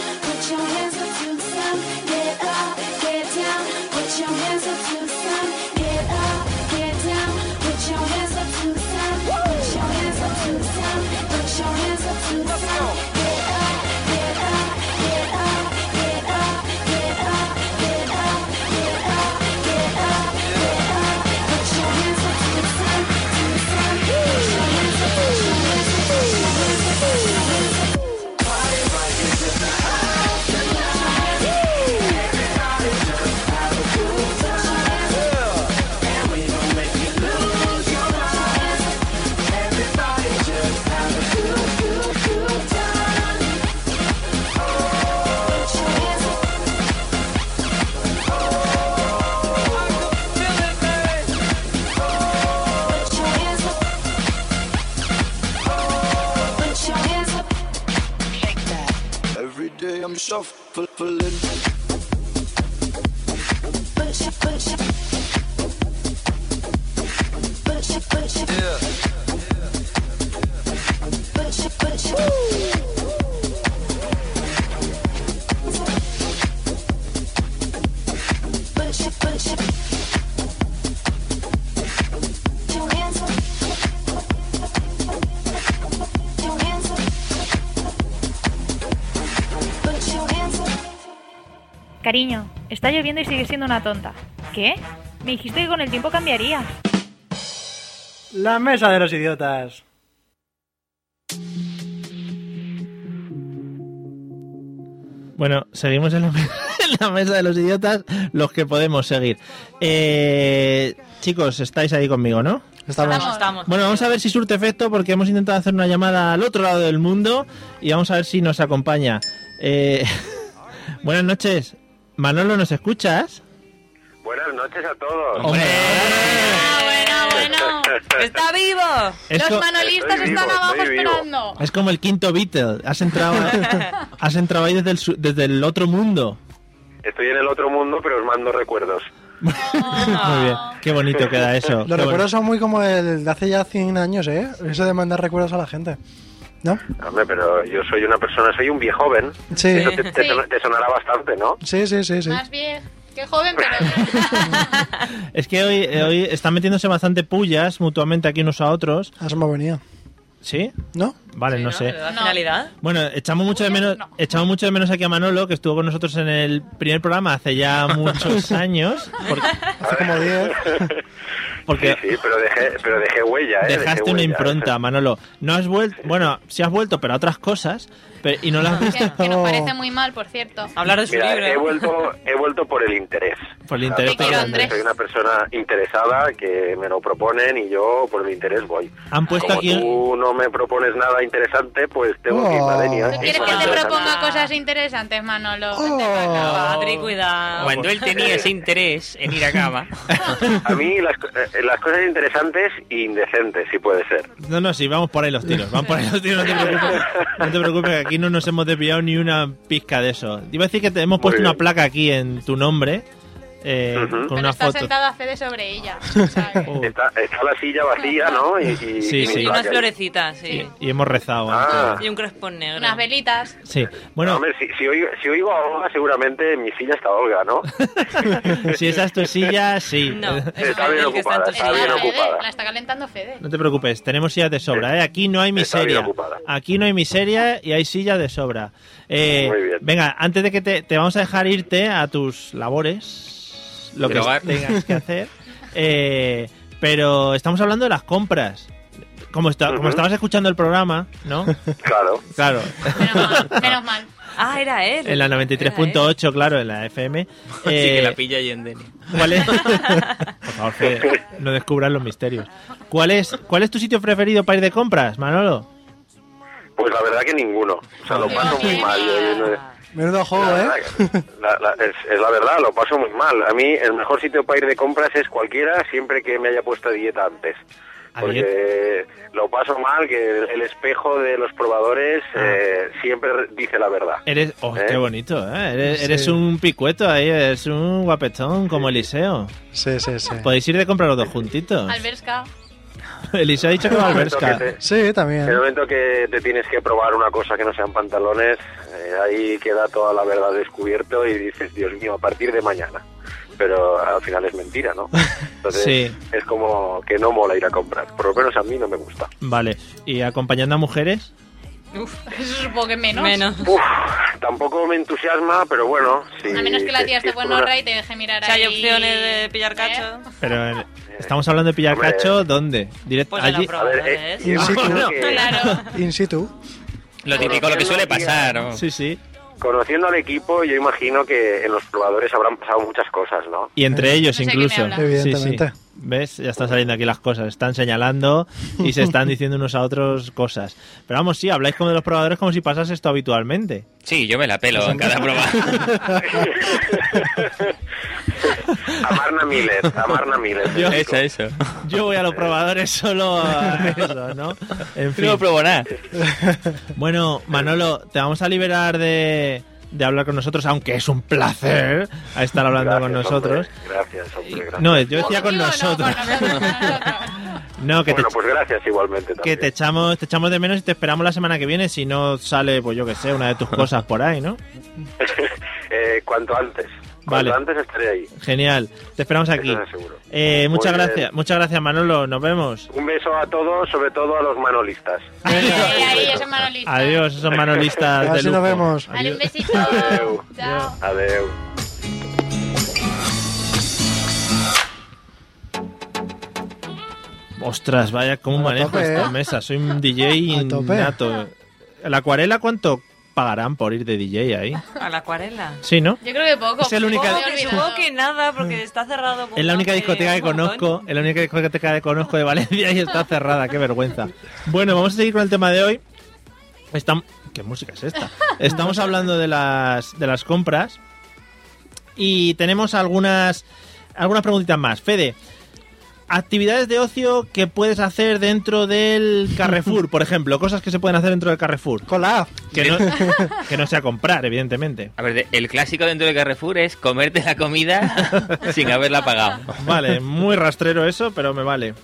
Speaker 5: Every day I'm shuffling. Yeah.
Speaker 11: Cariño, está lloviendo y sigue siendo una tonta. ¿Qué? Me dijiste que con el tiempo cambiaría.
Speaker 7: La mesa de los idiotas.
Speaker 4: Bueno, seguimos en la, me- en la mesa de los idiotas, los que podemos seguir. Eh, chicos, estáis ahí conmigo, ¿no?
Speaker 7: Estamos.
Speaker 5: Estamos.
Speaker 4: Bueno, vamos a ver si surte efecto porque hemos intentado hacer una llamada al otro lado del mundo y vamos a ver si nos acompaña. Eh, buenas noches. Manolo, ¿nos escuchas?
Speaker 13: Buenas noches a todos.
Speaker 4: Hombre,
Speaker 6: Bueno, bueno. ¡Está vivo!
Speaker 4: es, co-
Speaker 5: Los manolistas
Speaker 13: Estoy vivo,
Speaker 5: están abajo
Speaker 13: estoy vivo.
Speaker 5: esperando.
Speaker 4: es como el quinto Beatle. Has entrado, has entrado ahí desde el, su- desde el otro mundo.
Speaker 13: Estoy en el otro mundo, pero os mando recuerdos.
Speaker 4: Muy bien, qué bonito queda eso.
Speaker 7: Los
Speaker 4: qué bonito.
Speaker 7: recuerdos son muy como el de hace ya 100 años, ¿eh? Eso de mandar recuerdos a la gente. ¿No?
Speaker 13: Hombre, pero yo soy una persona, soy un viejo joven.
Speaker 7: Sí.
Speaker 13: Eso te, te
Speaker 5: Sí.
Speaker 13: sona- te sonará bastante, ¿no?
Speaker 7: Sí, sí, sí, sí.
Speaker 5: Más bien. Qué joven, pero.
Speaker 4: Es que hoy, eh, hoy están metiéndose bastante pullas mutuamente aquí unos a otros.
Speaker 7: A eso me venía.
Speaker 4: ¿Sí?
Speaker 7: ¿No?
Speaker 4: Vale, no
Speaker 6: Sí,
Speaker 4: sé.
Speaker 6: ¿Le da
Speaker 5: No.
Speaker 6: finalidad?
Speaker 4: Bueno, echamos mucho de menos,
Speaker 5: no.
Speaker 4: echamos mucho de menos aquí a Manolo, que estuvo con nosotros en el primer programa hace ya muchos años, porque,
Speaker 7: Hace como 10.
Speaker 4: porque
Speaker 13: Sí, sí, pero dejé, pero dejé huella, ¿eh? Dejé
Speaker 4: dejaste una
Speaker 13: huella.
Speaker 4: impronta, Manolo. No has vuelto, bueno, sí has vuelto, pero a otras cosas, pero- y no las has
Speaker 5: que,
Speaker 4: visto
Speaker 5: que nos parece muy mal, por cierto.
Speaker 6: Hablar de su
Speaker 13: Mira,
Speaker 6: libro.
Speaker 13: he vuelto, he vuelto por el interés.
Speaker 4: por el interés.
Speaker 5: Te quiero,
Speaker 13: Soy-
Speaker 5: Andrés.
Speaker 13: Soy una persona interesada que me lo proponen y yo por mi interés voy.
Speaker 4: Han puesto
Speaker 13: Como
Speaker 4: aquí un-
Speaker 13: tú no me propones nada interesante, pues tengo que ir
Speaker 7: Oh.
Speaker 13: Madenia.
Speaker 5: ¿Tú quieres que te proponga cosas interesantes,
Speaker 13: Oh.
Speaker 5: Manolo? Vente pa' acá.
Speaker 6: Patri, cuidado.
Speaker 8: Cuando él tenía ese interés en ir a cama,
Speaker 13: A mí las, co- eh, las cosas interesantes e indecentes, si puede ser.
Speaker 4: No, no, sí, vamos por ahí los tiros. Vamos por ahí los tiros, no te preocupes. No te preocupes, que aquí no nos hemos desviado ni una pizca de eso. Iba a decir que te hemos puesto
Speaker 13: bien.
Speaker 4: una placa aquí en tu nombre, eh,
Speaker 13: Ujú.
Speaker 4: con
Speaker 5: Pero
Speaker 4: una
Speaker 5: está
Speaker 4: foto.
Speaker 5: sentado a Fede sobre ella. o sea que-
Speaker 4: Oh,
Speaker 13: Está, está la silla vacía, ¿no? Y, y-
Speaker 4: Sí,
Speaker 13: y
Speaker 4: sí.
Speaker 6: Y
Speaker 13: mi
Speaker 6: unas
Speaker 13: placa.
Speaker 6: florecitas, sí.
Speaker 4: y hemos rezado.
Speaker 13: Ah.
Speaker 4: antes.
Speaker 6: Y un crespón negro.
Speaker 5: Unas velitas.
Speaker 4: Sí, bueno,
Speaker 13: Hombre, si, si, oigo, si oigo a Olga, seguramente en mi silla está Olga, ¿no?
Speaker 4: si esa es tu silla, sí.
Speaker 6: No, es
Speaker 13: Está bien
Speaker 6: el que está en
Speaker 13: ocupada,
Speaker 6: tu
Speaker 13: está bien
Speaker 5: Ah,
Speaker 6: silla.
Speaker 5: Fede,
Speaker 13: ocupada.
Speaker 5: La está calentando Fede.
Speaker 4: No te preocupes, tenemos sillas de sobra, ¿eh? Aquí no hay
Speaker 13: Está bien
Speaker 4: miseria.
Speaker 13: ocupada.
Speaker 4: Aquí no hay miseria y hay sillas de sobra. Eh,
Speaker 13: Muy bien.
Speaker 4: Venga, antes de que te, te vamos a dejar irte a tus labores, lo que
Speaker 8: Drogar.
Speaker 4: tengas que hacer. eh, pero estamos hablando de las compras. Como, está, como
Speaker 13: Ujú.
Speaker 4: estabas escuchando el programa, ¿no?
Speaker 13: Claro.
Speaker 4: Claro,
Speaker 5: Menos mal. ¿eh? Menos mal.
Speaker 6: Ah, era él.
Speaker 4: en la
Speaker 6: Era él.
Speaker 4: 93.8, claro, en la FM.
Speaker 8: sí que
Speaker 4: eh,
Speaker 8: la pilla Yendeni.
Speaker 4: ¿Cuál es? Por favor, Fede, no descubras los misterios. ¿Cuál es, ¿Cuál es tu sitio preferido para ir de compras, Manolo?
Speaker 13: Pues la verdad que ninguno. O sea, lo
Speaker 5: Qué
Speaker 13: paso muy mal. yo- yo no-
Speaker 7: Menudo juego,
Speaker 13: la
Speaker 7: ¿eh?
Speaker 13: verdad que- la- la- es, es la verdad, lo paso muy mal. A mí el mejor sitio para ir de compras es cualquiera siempre que me haya puesto a dieta antes.
Speaker 4: ¿A
Speaker 13: Porque lo paso mal, que el, el espejo de los probadores
Speaker 4: Ah.
Speaker 13: eh, siempre dice la verdad.
Speaker 4: Eres, oh,
Speaker 13: ¿Eh?
Speaker 4: qué bonito, ¿eh? Eres,
Speaker 7: Sí.
Speaker 4: eres un picueto ahí, eres un guapetón como Eliseo.
Speaker 7: Sí, sí, sí.
Speaker 4: Podéis ir de comprar los dos juntitos.
Speaker 5: Alberska.
Speaker 4: Eliseo ha dicho que va
Speaker 13: El
Speaker 4: al
Speaker 13: momento
Speaker 4: Bershka.
Speaker 13: que te-
Speaker 7: Sí, también.
Speaker 13: el momento que te tienes que probar una cosa que no sean pantalones, eh, ahí queda toda la verdad descubierto y dices, Dios mío, a partir de mañana. Pero al final es mentira, ¿no? Entonces
Speaker 4: Sí.
Speaker 13: es como que no mola ir a comprar. Por lo menos a mí no me gusta.
Speaker 4: Vale, ¿y acompañando a mujeres?
Speaker 6: Uf,
Speaker 5: Eso supongo que menos.
Speaker 6: menos.
Speaker 13: Uf, tampoco me entusiasma, pero bueno. Si,
Speaker 5: A menos que la
Speaker 13: si-
Speaker 5: tía
Speaker 13: si
Speaker 5: esté
Speaker 13: es por
Speaker 5: buena
Speaker 13: una-
Speaker 5: honra y te deje mirar
Speaker 6: Si
Speaker 5: ahí.
Speaker 6: hay opciones de pillar cacho.
Speaker 5: ¿Eh?
Speaker 4: Pero eh, estamos hablando de pillar
Speaker 13: Ah, Hombre.
Speaker 4: cacho, ¿dónde? Directo
Speaker 6: Pues en la
Speaker 4: allí.
Speaker 13: A
Speaker 6: prueba,
Speaker 13: ver, eh,
Speaker 6: ¿ves?
Speaker 13: y es
Speaker 7: Sí,
Speaker 13: que-
Speaker 7: claro.
Speaker 13: que-
Speaker 5: Claro.
Speaker 7: In situ.
Speaker 8: Lo típico, lo que suele pasar. ¿no?
Speaker 4: Sí, sí.
Speaker 13: Conociendo al equipo, yo imagino que en los probadores habrán pasado muchas cosas, ¿no?
Speaker 4: Y entre ellos
Speaker 5: No sé de qué me
Speaker 4: incluso.
Speaker 5: hablas.
Speaker 4: Sí, sí.
Speaker 7: Evidentemente.
Speaker 4: ¿Ves? Ya están saliendo aquí las cosas. Están señalando y se están diciendo unos a otros cosas. Pero vamos, sí, habláis como de los probadores como si pasase esto habitualmente.
Speaker 8: Sí, yo me la pelo en cada prueba.
Speaker 13: A Marna Miller, a Marna Miller.
Speaker 4: Yo-
Speaker 8: eso, eso.
Speaker 4: Yo voy a los probadores solo a eso, ¿no? En fin.
Speaker 8: No pruebo nada.
Speaker 4: Bueno, Manolo, te vamos a liberar de, de hablar con nosotros, aunque es un placer a estar hablando
Speaker 13: Gracias,
Speaker 4: con nosotros.
Speaker 13: hombre, gracias, hombre, gracias.
Speaker 4: No, yo decía
Speaker 5: Contigo
Speaker 4: con
Speaker 5: no,
Speaker 4: nosotros.
Speaker 5: con nosotros, con nosotros.
Speaker 4: No, que,
Speaker 13: bueno,
Speaker 4: te,
Speaker 13: pues gracias igualmente
Speaker 4: que
Speaker 13: también.
Speaker 4: te echamos, te echamos de menos y te esperamos la semana que viene si no sale, pues yo que sé, una de tus cosas por ahí, ¿no?
Speaker 13: Eh, cuanto antes.
Speaker 4: Vale.
Speaker 13: Cuanto antes estaré ahí.
Speaker 4: Genial, te esperamos aquí.
Speaker 13: Eso es seguro.
Speaker 4: Eh,
Speaker 13: Muy
Speaker 4: muchas
Speaker 13: bien.
Speaker 4: gracias, muchas gracias Manolo, nos vemos.
Speaker 13: Un beso a todos, sobre todo a los manolistas.
Speaker 5: Ahí, ahí, ahí, ese manolista.
Speaker 4: Adiós, esos manolistas.
Speaker 7: A ver
Speaker 4: de
Speaker 7: si nos
Speaker 4: lujo.
Speaker 7: vemos.
Speaker 5: Dale un besito.
Speaker 13: Adeu.
Speaker 5: Chao.
Speaker 13: Adeu.
Speaker 4: Ostras, vaya, cómo manejo
Speaker 7: tope,
Speaker 4: esta
Speaker 7: ¿eh?
Speaker 4: mesa. Soy un DJ
Speaker 7: A tope.
Speaker 4: nato. ¿La acuarela cuánto pagarán por ir de DJ ahí?
Speaker 6: A la acuarela.
Speaker 4: Sí, ¿no?
Speaker 5: Yo creo que poco.
Speaker 4: Es el único-
Speaker 5: poco,
Speaker 6: Supongo
Speaker 5: me he
Speaker 6: que,
Speaker 5: olvidado.
Speaker 6: supongo que nada, porque está cerrado. con
Speaker 4: Es la única
Speaker 6: café,
Speaker 4: discoteca que
Speaker 6: Eh, un montón.
Speaker 4: conozco, es la única discoteca que conozco de Valencia y está cerrada, qué vergüenza. Bueno, vamos a seguir con el tema de hoy. Estam- ¿Qué música es esta? Estamos hablando de las, de las compras y tenemos algunas, algunas preguntitas más. Fede, actividades de ocio que puedes hacer dentro del Carrefour, por ejemplo, cosas que se pueden hacer dentro del Carrefour.
Speaker 7: Con la app.
Speaker 4: Que no, que no sea comprar, evidentemente.
Speaker 8: A ver, de- el clásico dentro de Carrefour es comerte la comida sin haberla pagado.
Speaker 4: Vale, muy rastrero eso, pero me vale.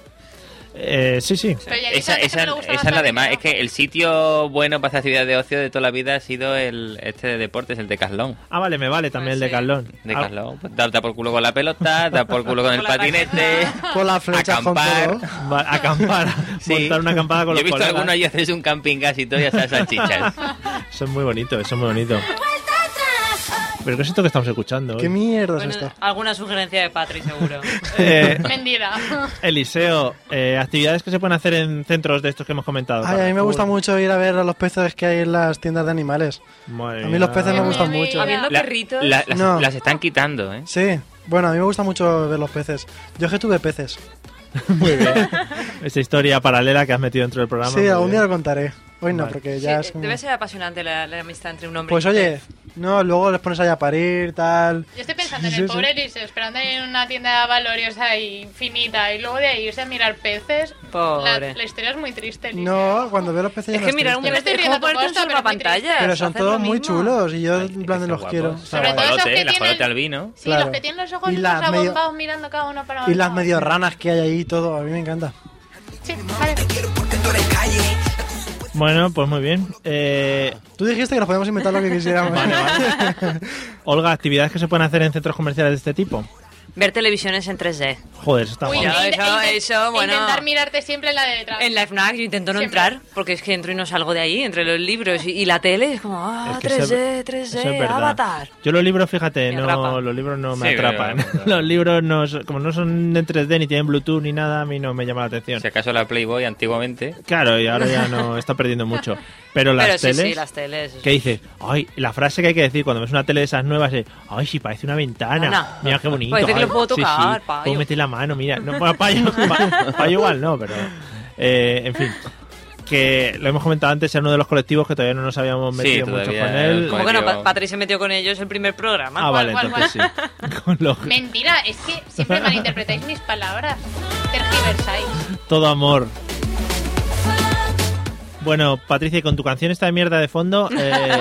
Speaker 4: Eh, sí, sí.
Speaker 5: Pero ya que
Speaker 8: Esa,
Speaker 5: sabes que
Speaker 8: esa,
Speaker 5: me gusta
Speaker 8: esa es la
Speaker 5: bastante,
Speaker 8: de más.
Speaker 5: ¿no?
Speaker 8: Es que el sitio bueno para hacer actividades de ocio de toda la vida ha sido el este de deportes, el de Caslón.
Speaker 4: Ah, vale, me vale también
Speaker 6: Pues
Speaker 4: el de
Speaker 6: sí.
Speaker 4: Carlón.
Speaker 8: De
Speaker 4: Ah,
Speaker 8: Caslón. Darte por culo con la pelota, dar por culo con el
Speaker 6: Con la
Speaker 8: patinete.
Speaker 7: Con las flechas, con
Speaker 8: Acampar.
Speaker 7: todo.
Speaker 4: oh, va- acampar,
Speaker 8: Sí.
Speaker 4: montar una acampada con
Speaker 8: Yo he
Speaker 4: los
Speaker 8: visto
Speaker 4: colegas.
Speaker 8: algunos y haces un camping gas y todo y haces salchichas.
Speaker 4: Eso es muy bonito, eso es muy bonito. Pero ¿qué es esto que estamos escuchando?
Speaker 7: ¿Qué
Speaker 4: hoy?
Speaker 7: mierda es
Speaker 6: Bueno,
Speaker 7: esto?
Speaker 6: alguna sugerencia de Patri, seguro.
Speaker 4: Eh,
Speaker 5: Mentira.
Speaker 4: Eliseo, eh, actividades que se pueden hacer en centros de estos que hemos comentado.
Speaker 7: Ay, a mí me
Speaker 4: Carrefour.
Speaker 7: gusta mucho ir a ver a los peces que hay en las tiendas de animales.
Speaker 4: Madre
Speaker 7: a mí los
Speaker 4: mía.
Speaker 7: peces me
Speaker 5: Qué
Speaker 7: gustan
Speaker 5: maravilla.
Speaker 7: mucho.
Speaker 6: Habiendo
Speaker 8: La-
Speaker 6: perritos.
Speaker 8: la- Ah, las,
Speaker 7: No.
Speaker 8: las están quitando, ¿eh?
Speaker 7: Sí, bueno, a mí me gusta mucho ver los peces. Yo es que tuve peces.
Speaker 4: Muy bien. Esa historia paralela que has metido dentro del programa.
Speaker 7: Sí,
Speaker 4: muy
Speaker 7: algún día
Speaker 4: bien.
Speaker 7: lo contaré. Hoy no,
Speaker 4: Vale.
Speaker 7: porque
Speaker 6: Sí,
Speaker 7: ya es como-
Speaker 6: eh, Debe ser apasionante la, la amistad entre un hombre
Speaker 7: Pues
Speaker 6: y un
Speaker 7: oye,
Speaker 6: pez.
Speaker 7: no, luego les pones allá a parir, tal.
Speaker 5: Yo estoy pensando en
Speaker 7: Sí,
Speaker 5: el
Speaker 7: sí.
Speaker 5: pobre Eliseo esperando en una tienda valoriosa y infinita y luego de ahí irse a mirar peces. La,
Speaker 6: Pobre.
Speaker 5: la historia es muy triste, Eliseo.
Speaker 7: No, cuando veo los peces ya
Speaker 6: Es
Speaker 7: no
Speaker 6: que
Speaker 7: es
Speaker 6: mirar un
Speaker 7: triste.
Speaker 5: Yo me estoy
Speaker 6: pez es
Speaker 5: riendo
Speaker 6: como
Speaker 5: a tu
Speaker 6: ponerte un
Speaker 5: costa, pero es muy triste.
Speaker 6: pantallas.
Speaker 7: Pero son todos muy chulos y yo
Speaker 8: Ay, este
Speaker 7: en plan de
Speaker 8: están
Speaker 7: los
Speaker 8: guapos.
Speaker 7: quiero. O sea,
Speaker 5: Sobre todo esos
Speaker 8: Guapalote,
Speaker 5: que
Speaker 8: ¿eh? La
Speaker 5: tienen-
Speaker 8: guapalote al vino.
Speaker 5: Sí,
Speaker 7: Claro.
Speaker 5: los que tienen los ojos
Speaker 7: Y
Speaker 5: y
Speaker 7: las medio-
Speaker 5: abombados mirando cada uno para
Speaker 7: y
Speaker 5: un
Speaker 7: las
Speaker 5: lado.
Speaker 7: medio ranas que hay ahí y todo, a mí me encanta.
Speaker 5: Sí, vale.
Speaker 4: Bueno, pues muy bien. Eh,
Speaker 7: Tú dijiste que nos podemos inventar lo que quisiéramos.
Speaker 4: Olga, actividades que se pueden hacer en centros comerciales de este tipo.
Speaker 6: Ver televisiones en 3D.
Speaker 4: Joder, eso está
Speaker 5: Uy,
Speaker 4: guapo.
Speaker 6: ya,
Speaker 5: e inte-
Speaker 6: eso-
Speaker 5: e
Speaker 6: eso, bueno.
Speaker 5: Intentar mirarte siempre en la de detrás.
Speaker 6: En la FNAC yo intento no
Speaker 5: Siempre.
Speaker 6: entrar, porque es que entro y no salgo de ahí, entre los libros y, y la tele, es como, ah,
Speaker 4: Es que eso es-
Speaker 6: 3D,
Speaker 4: eso
Speaker 6: 3D,
Speaker 4: es verdad.
Speaker 6: Avatar.
Speaker 4: Yo los libros, fíjate,
Speaker 6: Me
Speaker 4: no,
Speaker 6: atrapa.
Speaker 4: los libros no me
Speaker 8: Sí,
Speaker 4: atrapan.
Speaker 8: pero-
Speaker 4: los libros, no, son- como no son en 3D ni tienen Bluetooth ni nada, a mí no me llama la atención.
Speaker 8: Si acaso la Playboy antiguamente.
Speaker 4: Claro, y ahora ya no está perdiendo mucho. Pero las
Speaker 6: Pero sí,
Speaker 4: teles,
Speaker 6: sí, las teles. eso
Speaker 4: ¿qué
Speaker 6: es.
Speaker 4: dices? Ay, la frase que hay que decir cuando ves una tele de esas nuevas es, ay, sí, parece una ventana.
Speaker 6: Ana.
Speaker 4: Mira qué bonito.
Speaker 6: Parece que
Speaker 4: ay,
Speaker 6: lo puedo
Speaker 4: sí, sí,
Speaker 6: tocar, payo".
Speaker 4: Puedo meter la mano, mira. No, bueno, payo, pa- payo igual no, pero eh, en fin. Que lo hemos comentado antes, era uno de los colectivos que todavía no nos habíamos
Speaker 8: Sí,
Speaker 4: metido mucho con
Speaker 8: todavía
Speaker 4: él.
Speaker 8: con-
Speaker 6: Como que no,
Speaker 8: Medio-
Speaker 6: Pa- Patri se metió con ellos el primer programa.
Speaker 4: Ah, vale,
Speaker 5: ¿Cuál, cuál,
Speaker 4: entonces sí. Con los-
Speaker 5: Mentira, es que siempre malinterpretáis mis palabras. Tergiversáis.
Speaker 4: todo amor. Bueno, Patricia, y con tu canción esta de mierda de fondo, eh,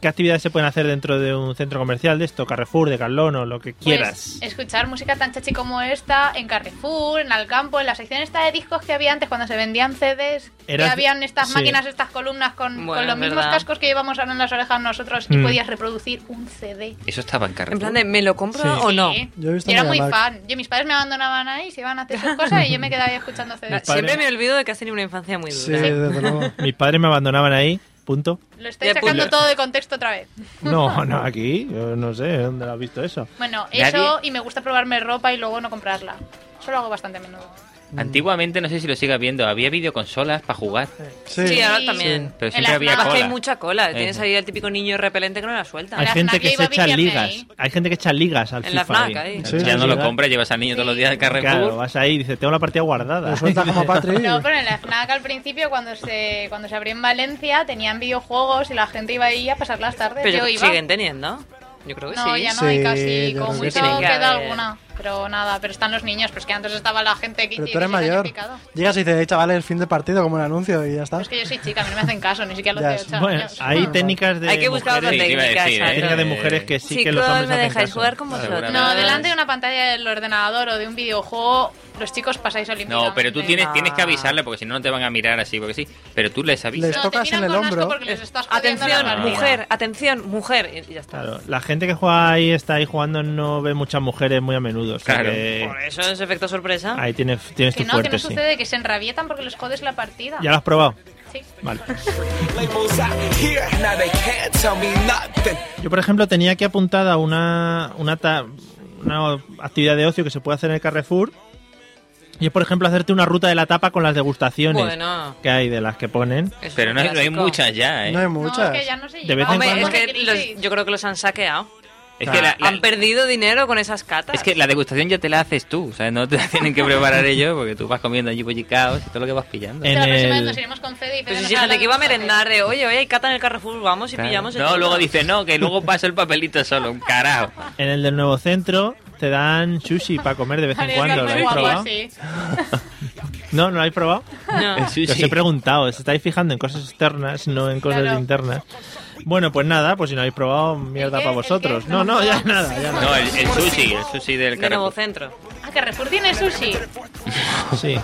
Speaker 4: ¿qué actividades se pueden hacer dentro de un centro comercial de esto? Carrefour, de Carlón o lo que quieras.
Speaker 5: Pues, escuchar música tan chachi como esta en Carrefour, en Alcampo, en la sección esta de discos que había antes cuando se vendían CDs,
Speaker 4: Era-
Speaker 5: que habían estas
Speaker 4: sí.
Speaker 5: máquinas, estas columnas con, con
Speaker 6: Bueno,
Speaker 5: los
Speaker 6: es
Speaker 5: mismos
Speaker 6: verdad.
Speaker 5: cascos que llevamos ahora en las orejas nosotros y
Speaker 4: Mm.
Speaker 5: podías reproducir un CD.
Speaker 8: Eso estaba en Carrefour.
Speaker 6: En plan de, ¿me lo compro
Speaker 4: Sí.
Speaker 6: o no?
Speaker 5: Sí.
Speaker 7: Yo he visto
Speaker 5: era muy
Speaker 7: Mediamarkt.
Speaker 5: fan. Yo, mis padres me abandonaban ahí, se iban a hacer sus cosas y yo me quedaba ahí escuchando CDs.
Speaker 4: padres-
Speaker 6: Siempre me olvido de que has tenido una infancia muy dura.
Speaker 7: Sí, desde luego.
Speaker 4: Mis padres me abandonaban ahí, punto.
Speaker 5: Lo estoy
Speaker 6: De
Speaker 5: sacando
Speaker 6: punto.
Speaker 5: todo de contexto otra vez.
Speaker 4: No, no, aquí, yo no sé, ¿dónde lo has visto eso?
Speaker 5: Bueno,
Speaker 8: Nadie-
Speaker 5: eso y me gusta probarme ropa y luego no comprarla. Eso lo hago bastante a menudo.
Speaker 8: Antiguamente, no sé si lo sigas viendo, había videoconsolas para jugar.
Speaker 7: Sí.
Speaker 6: Sí, ahora
Speaker 5: Sí.
Speaker 6: también.
Speaker 8: Pero
Speaker 5: En
Speaker 8: siempre
Speaker 5: la
Speaker 8: había
Speaker 5: FNAC.
Speaker 6: Además que
Speaker 8: cola.
Speaker 6: hay mucha cola. Tienes
Speaker 8: Eso.
Speaker 6: ahí el típico niño repelente que no la suelta.
Speaker 4: Hay
Speaker 5: la
Speaker 4: gente
Speaker 5: FNAC
Speaker 4: que
Speaker 5: iba
Speaker 4: se
Speaker 5: a
Speaker 4: echa
Speaker 5: viciarme
Speaker 4: ligas.
Speaker 5: ahí.
Speaker 4: Hay gente que echa ligas al
Speaker 6: En la
Speaker 4: FIFA.
Speaker 6: FNAC,
Speaker 4: ahí.
Speaker 6: ahí.
Speaker 7: Sí,
Speaker 8: ya no lo
Speaker 7: sí.
Speaker 8: compras, llevas al niño todos los días al Carrefour.
Speaker 4: Claro, vas ahí y dices, tengo la partida guardada.
Speaker 7: Lo sueltas como Patri.
Speaker 5: No, pero en la FNAC al principio, cuando se, cuando se abrió en Valencia, tenían videojuegos y la gente iba ahí a pasar las tardes.
Speaker 6: Pero
Speaker 5: Yo iba.
Speaker 6: siguen teniendo. Yo creo que
Speaker 5: no,
Speaker 6: sí.
Speaker 5: ya no
Speaker 7: Sí,
Speaker 5: hay
Speaker 7: yo
Speaker 5: casi,
Speaker 7: creo
Speaker 5: como
Speaker 7: que
Speaker 5: mucho
Speaker 6: tiene que
Speaker 5: queda
Speaker 6: haber.
Speaker 5: alguna. Pero nada, pero están los niños, pues que antes estaba la gente que
Speaker 7: Pero tú
Speaker 5: 16
Speaker 7: eres
Speaker 5: años
Speaker 7: mayor.
Speaker 5: picado.
Speaker 7: Llegas y dices, "Eh, chavales, el fin de partido, como el anuncio, y ya está.
Speaker 5: Pero es que yo soy chica, a mí no me hacen caso, ni siquiera
Speaker 7: Ya,
Speaker 5: los de 8
Speaker 4: Bueno,
Speaker 5: años.
Speaker 4: hay técnicas de
Speaker 6: Hay que buscar otra
Speaker 8: Sí,
Speaker 4: mujeres,
Speaker 8: te iba a
Speaker 6: técnica.
Speaker 8: decir,
Speaker 6: exacto.
Speaker 8: ¿eh?
Speaker 4: técnicas de mujeres que sí que
Speaker 6: Chicos,
Speaker 4: los hombres
Speaker 6: ¿me
Speaker 4: hacen
Speaker 6: dejáis
Speaker 4: caso.
Speaker 6: jugar con vosotros?
Speaker 8: Seguramente.
Speaker 5: No, delante de una pantalla del ordenador o de un videojuego, los chicos pasáis Eh, olímpicamente.
Speaker 8: No, pero tú tienes, tienes que avisarle porque si no, no te van a mirar así, porque sí. Pero tú les avisas.
Speaker 7: Les
Speaker 5: No,
Speaker 7: tocas
Speaker 5: te tiran
Speaker 7: en el
Speaker 5: con asco
Speaker 7: hombro.
Speaker 5: porque les estás jodiendo la
Speaker 6: Atención,
Speaker 5: partida.
Speaker 6: mujer, atención, mujer. Y ya está.
Speaker 4: Claro, la gente que juega ahí, está ahí jugando, no ve muchas mujeres muy a menudo. o sea
Speaker 8: Claro.
Speaker 4: que
Speaker 6: Por eso es efecto sorpresa.
Speaker 4: ahí tienes, tienes
Speaker 5: Que
Speaker 4: tu
Speaker 5: no, que
Speaker 4: fuerte,
Speaker 5: no
Speaker 4: sí.
Speaker 5: sucede, que se enrabietan porque les jodes la partida.
Speaker 4: ¿Ya lo has probado?
Speaker 5: Sí.
Speaker 4: Vale.
Speaker 14: Labels out here, now they can't tell me nothing.
Speaker 4: Yo, por ejemplo, tenía aquí apuntada una, una, ta- una actividad de ocio que se puede hacer en el Carrefour, Y es, por ejemplo, hacerte una ruta de la tapa con las degustaciones
Speaker 6: Bueno.
Speaker 4: que hay de las que ponen.
Speaker 8: Pero no, no hay muchas ya, ¿eh?
Speaker 7: No hay muchas.
Speaker 5: que ya no se
Speaker 4: De vez en
Speaker 6: Hombre,
Speaker 4: cuando-
Speaker 6: es que los- yo creo que los han saqueado.
Speaker 8: Es que, la, la-
Speaker 6: Han perdido dinero con esas catas.
Speaker 8: es que la degustación ya te la haces tú, o sea, no te la tienen que preparar ellos porque tú vas comiendo allí bollicaos y todo lo que vas pillando.
Speaker 4: En
Speaker 5: la próxima vez
Speaker 4: el-
Speaker 5: nos iremos con Fede y Fede
Speaker 6: Pues
Speaker 5: nos
Speaker 6: si la
Speaker 5: habla
Speaker 6: de que iba a
Speaker 5: de los
Speaker 6: merendar de, oye, oye, hay cata en el Carrefour, vamos y
Speaker 8: Claro.
Speaker 6: pillamos el
Speaker 8: No, luego
Speaker 6: chocolate".
Speaker 8: dice, no, que luego paso el papelito solo, un carajo.
Speaker 4: En el del nuevo centro te dan sushi para comer de vez en
Speaker 5: Ariel
Speaker 4: cuando. ¿Lo
Speaker 5: Carmen
Speaker 4: habéis probado?
Speaker 5: Guapo, sí.
Speaker 4: No, no lo habéis probado.
Speaker 6: No.
Speaker 8: El sushi.
Speaker 4: Os he preguntado, os estáis fijando en cosas externas, no en cosas
Speaker 5: Claro.
Speaker 4: internas. Bueno, pues nada, pues si no habéis probado, mierda
Speaker 5: qué?
Speaker 4: para
Speaker 5: ¿El
Speaker 4: vosotros.
Speaker 5: qué?
Speaker 4: No, no, ya nada, ya
Speaker 8: No,
Speaker 4: nada.
Speaker 8: el, el sushi, el sushi del
Speaker 6: De nuevo
Speaker 8: Carrefour.
Speaker 6: centro.
Speaker 5: Ah, Carrefour tiene sushi.
Speaker 4: Eh, Sí.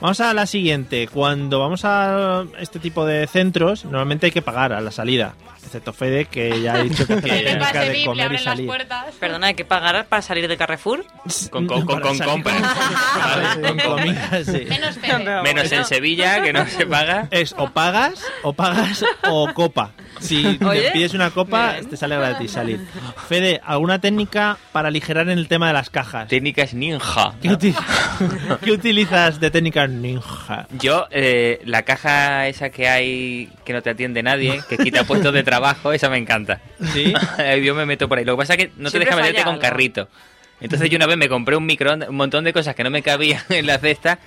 Speaker 4: Vamos a la siguiente. Cuando vamos a este tipo de centros, normalmente hay que pagar a la salida. Excepto Fede, que ya ha dicho que hace la
Speaker 8: Que
Speaker 5: Que
Speaker 8: ya.
Speaker 4: técnica
Speaker 5: pase
Speaker 4: de
Speaker 5: VIP, le
Speaker 4: comer y
Speaker 5: abren las
Speaker 4: salir.
Speaker 5: puertas.
Speaker 6: Perdona, hay que pagar para salir de Carrefour.
Speaker 8: Con, con, con,
Speaker 4: Para
Speaker 8: con
Speaker 4: salir
Speaker 8: compras.
Speaker 4: Con comida, sí.
Speaker 5: Menos Fede.
Speaker 8: Menos en Sevilla, que no se paga.
Speaker 4: Es o pagas, o pagas, o copa. Si te
Speaker 6: Oye,
Speaker 4: pides una copa,
Speaker 6: bien.
Speaker 4: te sale gratis salir. Fede, ¿alguna técnica para aligerar en el tema de las cajas?
Speaker 8: Técnicas ninja.
Speaker 4: ¿Qué, uti- qué utilizas de técnica ninja?
Speaker 8: Yo, eh, la caja esa que hay, que no te atiende nadie, que quita puestos de trabajo, esa me encanta.
Speaker 4: ¿Sí?
Speaker 8: yo me meto por ahí. Lo que pasa es que no te
Speaker 6: Siempre
Speaker 8: deja
Speaker 6: falla
Speaker 8: meterte con
Speaker 6: algo.
Speaker 8: carrito. Entonces yo una vez me compré un microondas, un montón de cosas que no me cabían en la cesta,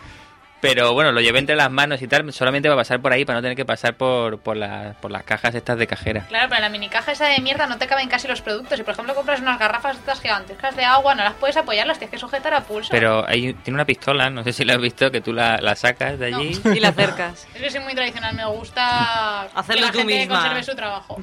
Speaker 8: pero bueno, lo llevé entre las manos y tal, solamente para pasar por ahí, para no tener que pasar por, por, las- por las cajas estas de cajera.
Speaker 5: Claro, pero la minicaja esa de mierda no te caben casi los productos. Si, por ejemplo, compras unas garrafas de estas gigantescas de agua, no las puedes apoyar, las tienes que sujetar a pulso.
Speaker 8: Pero ahí tiene una pistola, no sé si la has visto, que tú la, la sacas de allí.
Speaker 6: Y la acercas.
Speaker 5: Es que soy muy tradicional, me gusta
Speaker 6: Hacerlo
Speaker 5: que la
Speaker 6: tú
Speaker 5: gente
Speaker 6: misma.
Speaker 5: conserve su trabajo.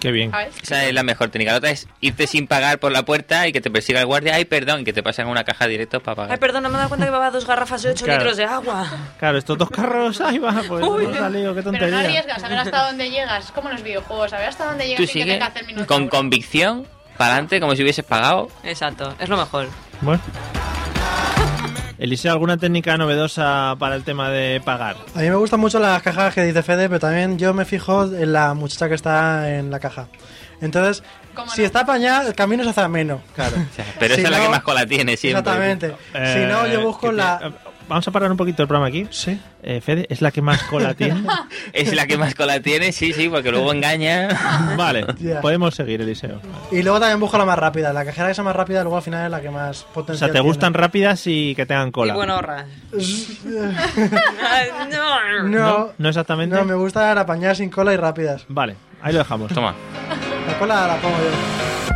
Speaker 4: Qué bien.
Speaker 5: ¿sabes?
Speaker 8: Esa es la mejor técnica. La otra es irte sin pagar por la puerta y que te persiga el guardia. Ay, perdón, y que te pasen a una caja directo para pagar.
Speaker 6: Ay, perdón, no me he dado cuenta que llevaba dos garrafas de 8
Speaker 4: Claro.
Speaker 6: litros de agua.
Speaker 4: Claro, estos dos carros, ahí va, pues
Speaker 6: Uy,
Speaker 4: no ha salido, qué
Speaker 5: Pero no
Speaker 4: tontería.
Speaker 5: arriesgas, a ver hasta dónde llegas. Es como los videojuegos, a ver hasta dónde llegas
Speaker 8: Tú
Speaker 5: y que
Speaker 8: sigues
Speaker 5: tenga que hacer minutos.
Speaker 8: con convicción, para adelante, como si hubieses pagado.
Speaker 6: Exacto, es lo mejor.
Speaker 4: Bueno. Eliseo, ¿alguna técnica novedosa para el tema de pagar?
Speaker 7: A mí me gustan mucho las cajas que dice Fede, pero también yo me fijo en la muchacha que está en la caja. Entonces,
Speaker 5: ¿Cómo
Speaker 7: si
Speaker 5: no?
Speaker 7: está apañada, el camino se hace ameno. Claro.
Speaker 8: Pero
Speaker 7: Si
Speaker 8: esa es la
Speaker 7: no-
Speaker 8: que más cola tiene siempre.
Speaker 7: Exactamente. si
Speaker 4: Eh,
Speaker 7: no, yo
Speaker 4: que
Speaker 7: busco
Speaker 4: te-
Speaker 7: la...
Speaker 4: Vamos a parar un poquito el programa aquí.
Speaker 7: Sí.
Speaker 4: Eh, Fede, es la que más cola tiene.
Speaker 8: Es la que más cola tiene, sí, sí, porque luego engaña.
Speaker 4: Vale,
Speaker 7: Ya.
Speaker 4: podemos seguir, Eliseo.
Speaker 7: Y luego también busco la más rápida. La cajera que sea más rápida, luego al final es la que más
Speaker 4: O
Speaker 7: potencial
Speaker 4: sea, te
Speaker 7: tiene.
Speaker 4: gustan rápidas y que tengan cola.
Speaker 6: Y buen horra. no.
Speaker 7: No,
Speaker 4: ¿No exactamente?
Speaker 7: no, me gustan apañadas sin cola y rápidas.
Speaker 4: Vale, ahí lo dejamos.
Speaker 8: Toma.
Speaker 7: La cola la pongo yo.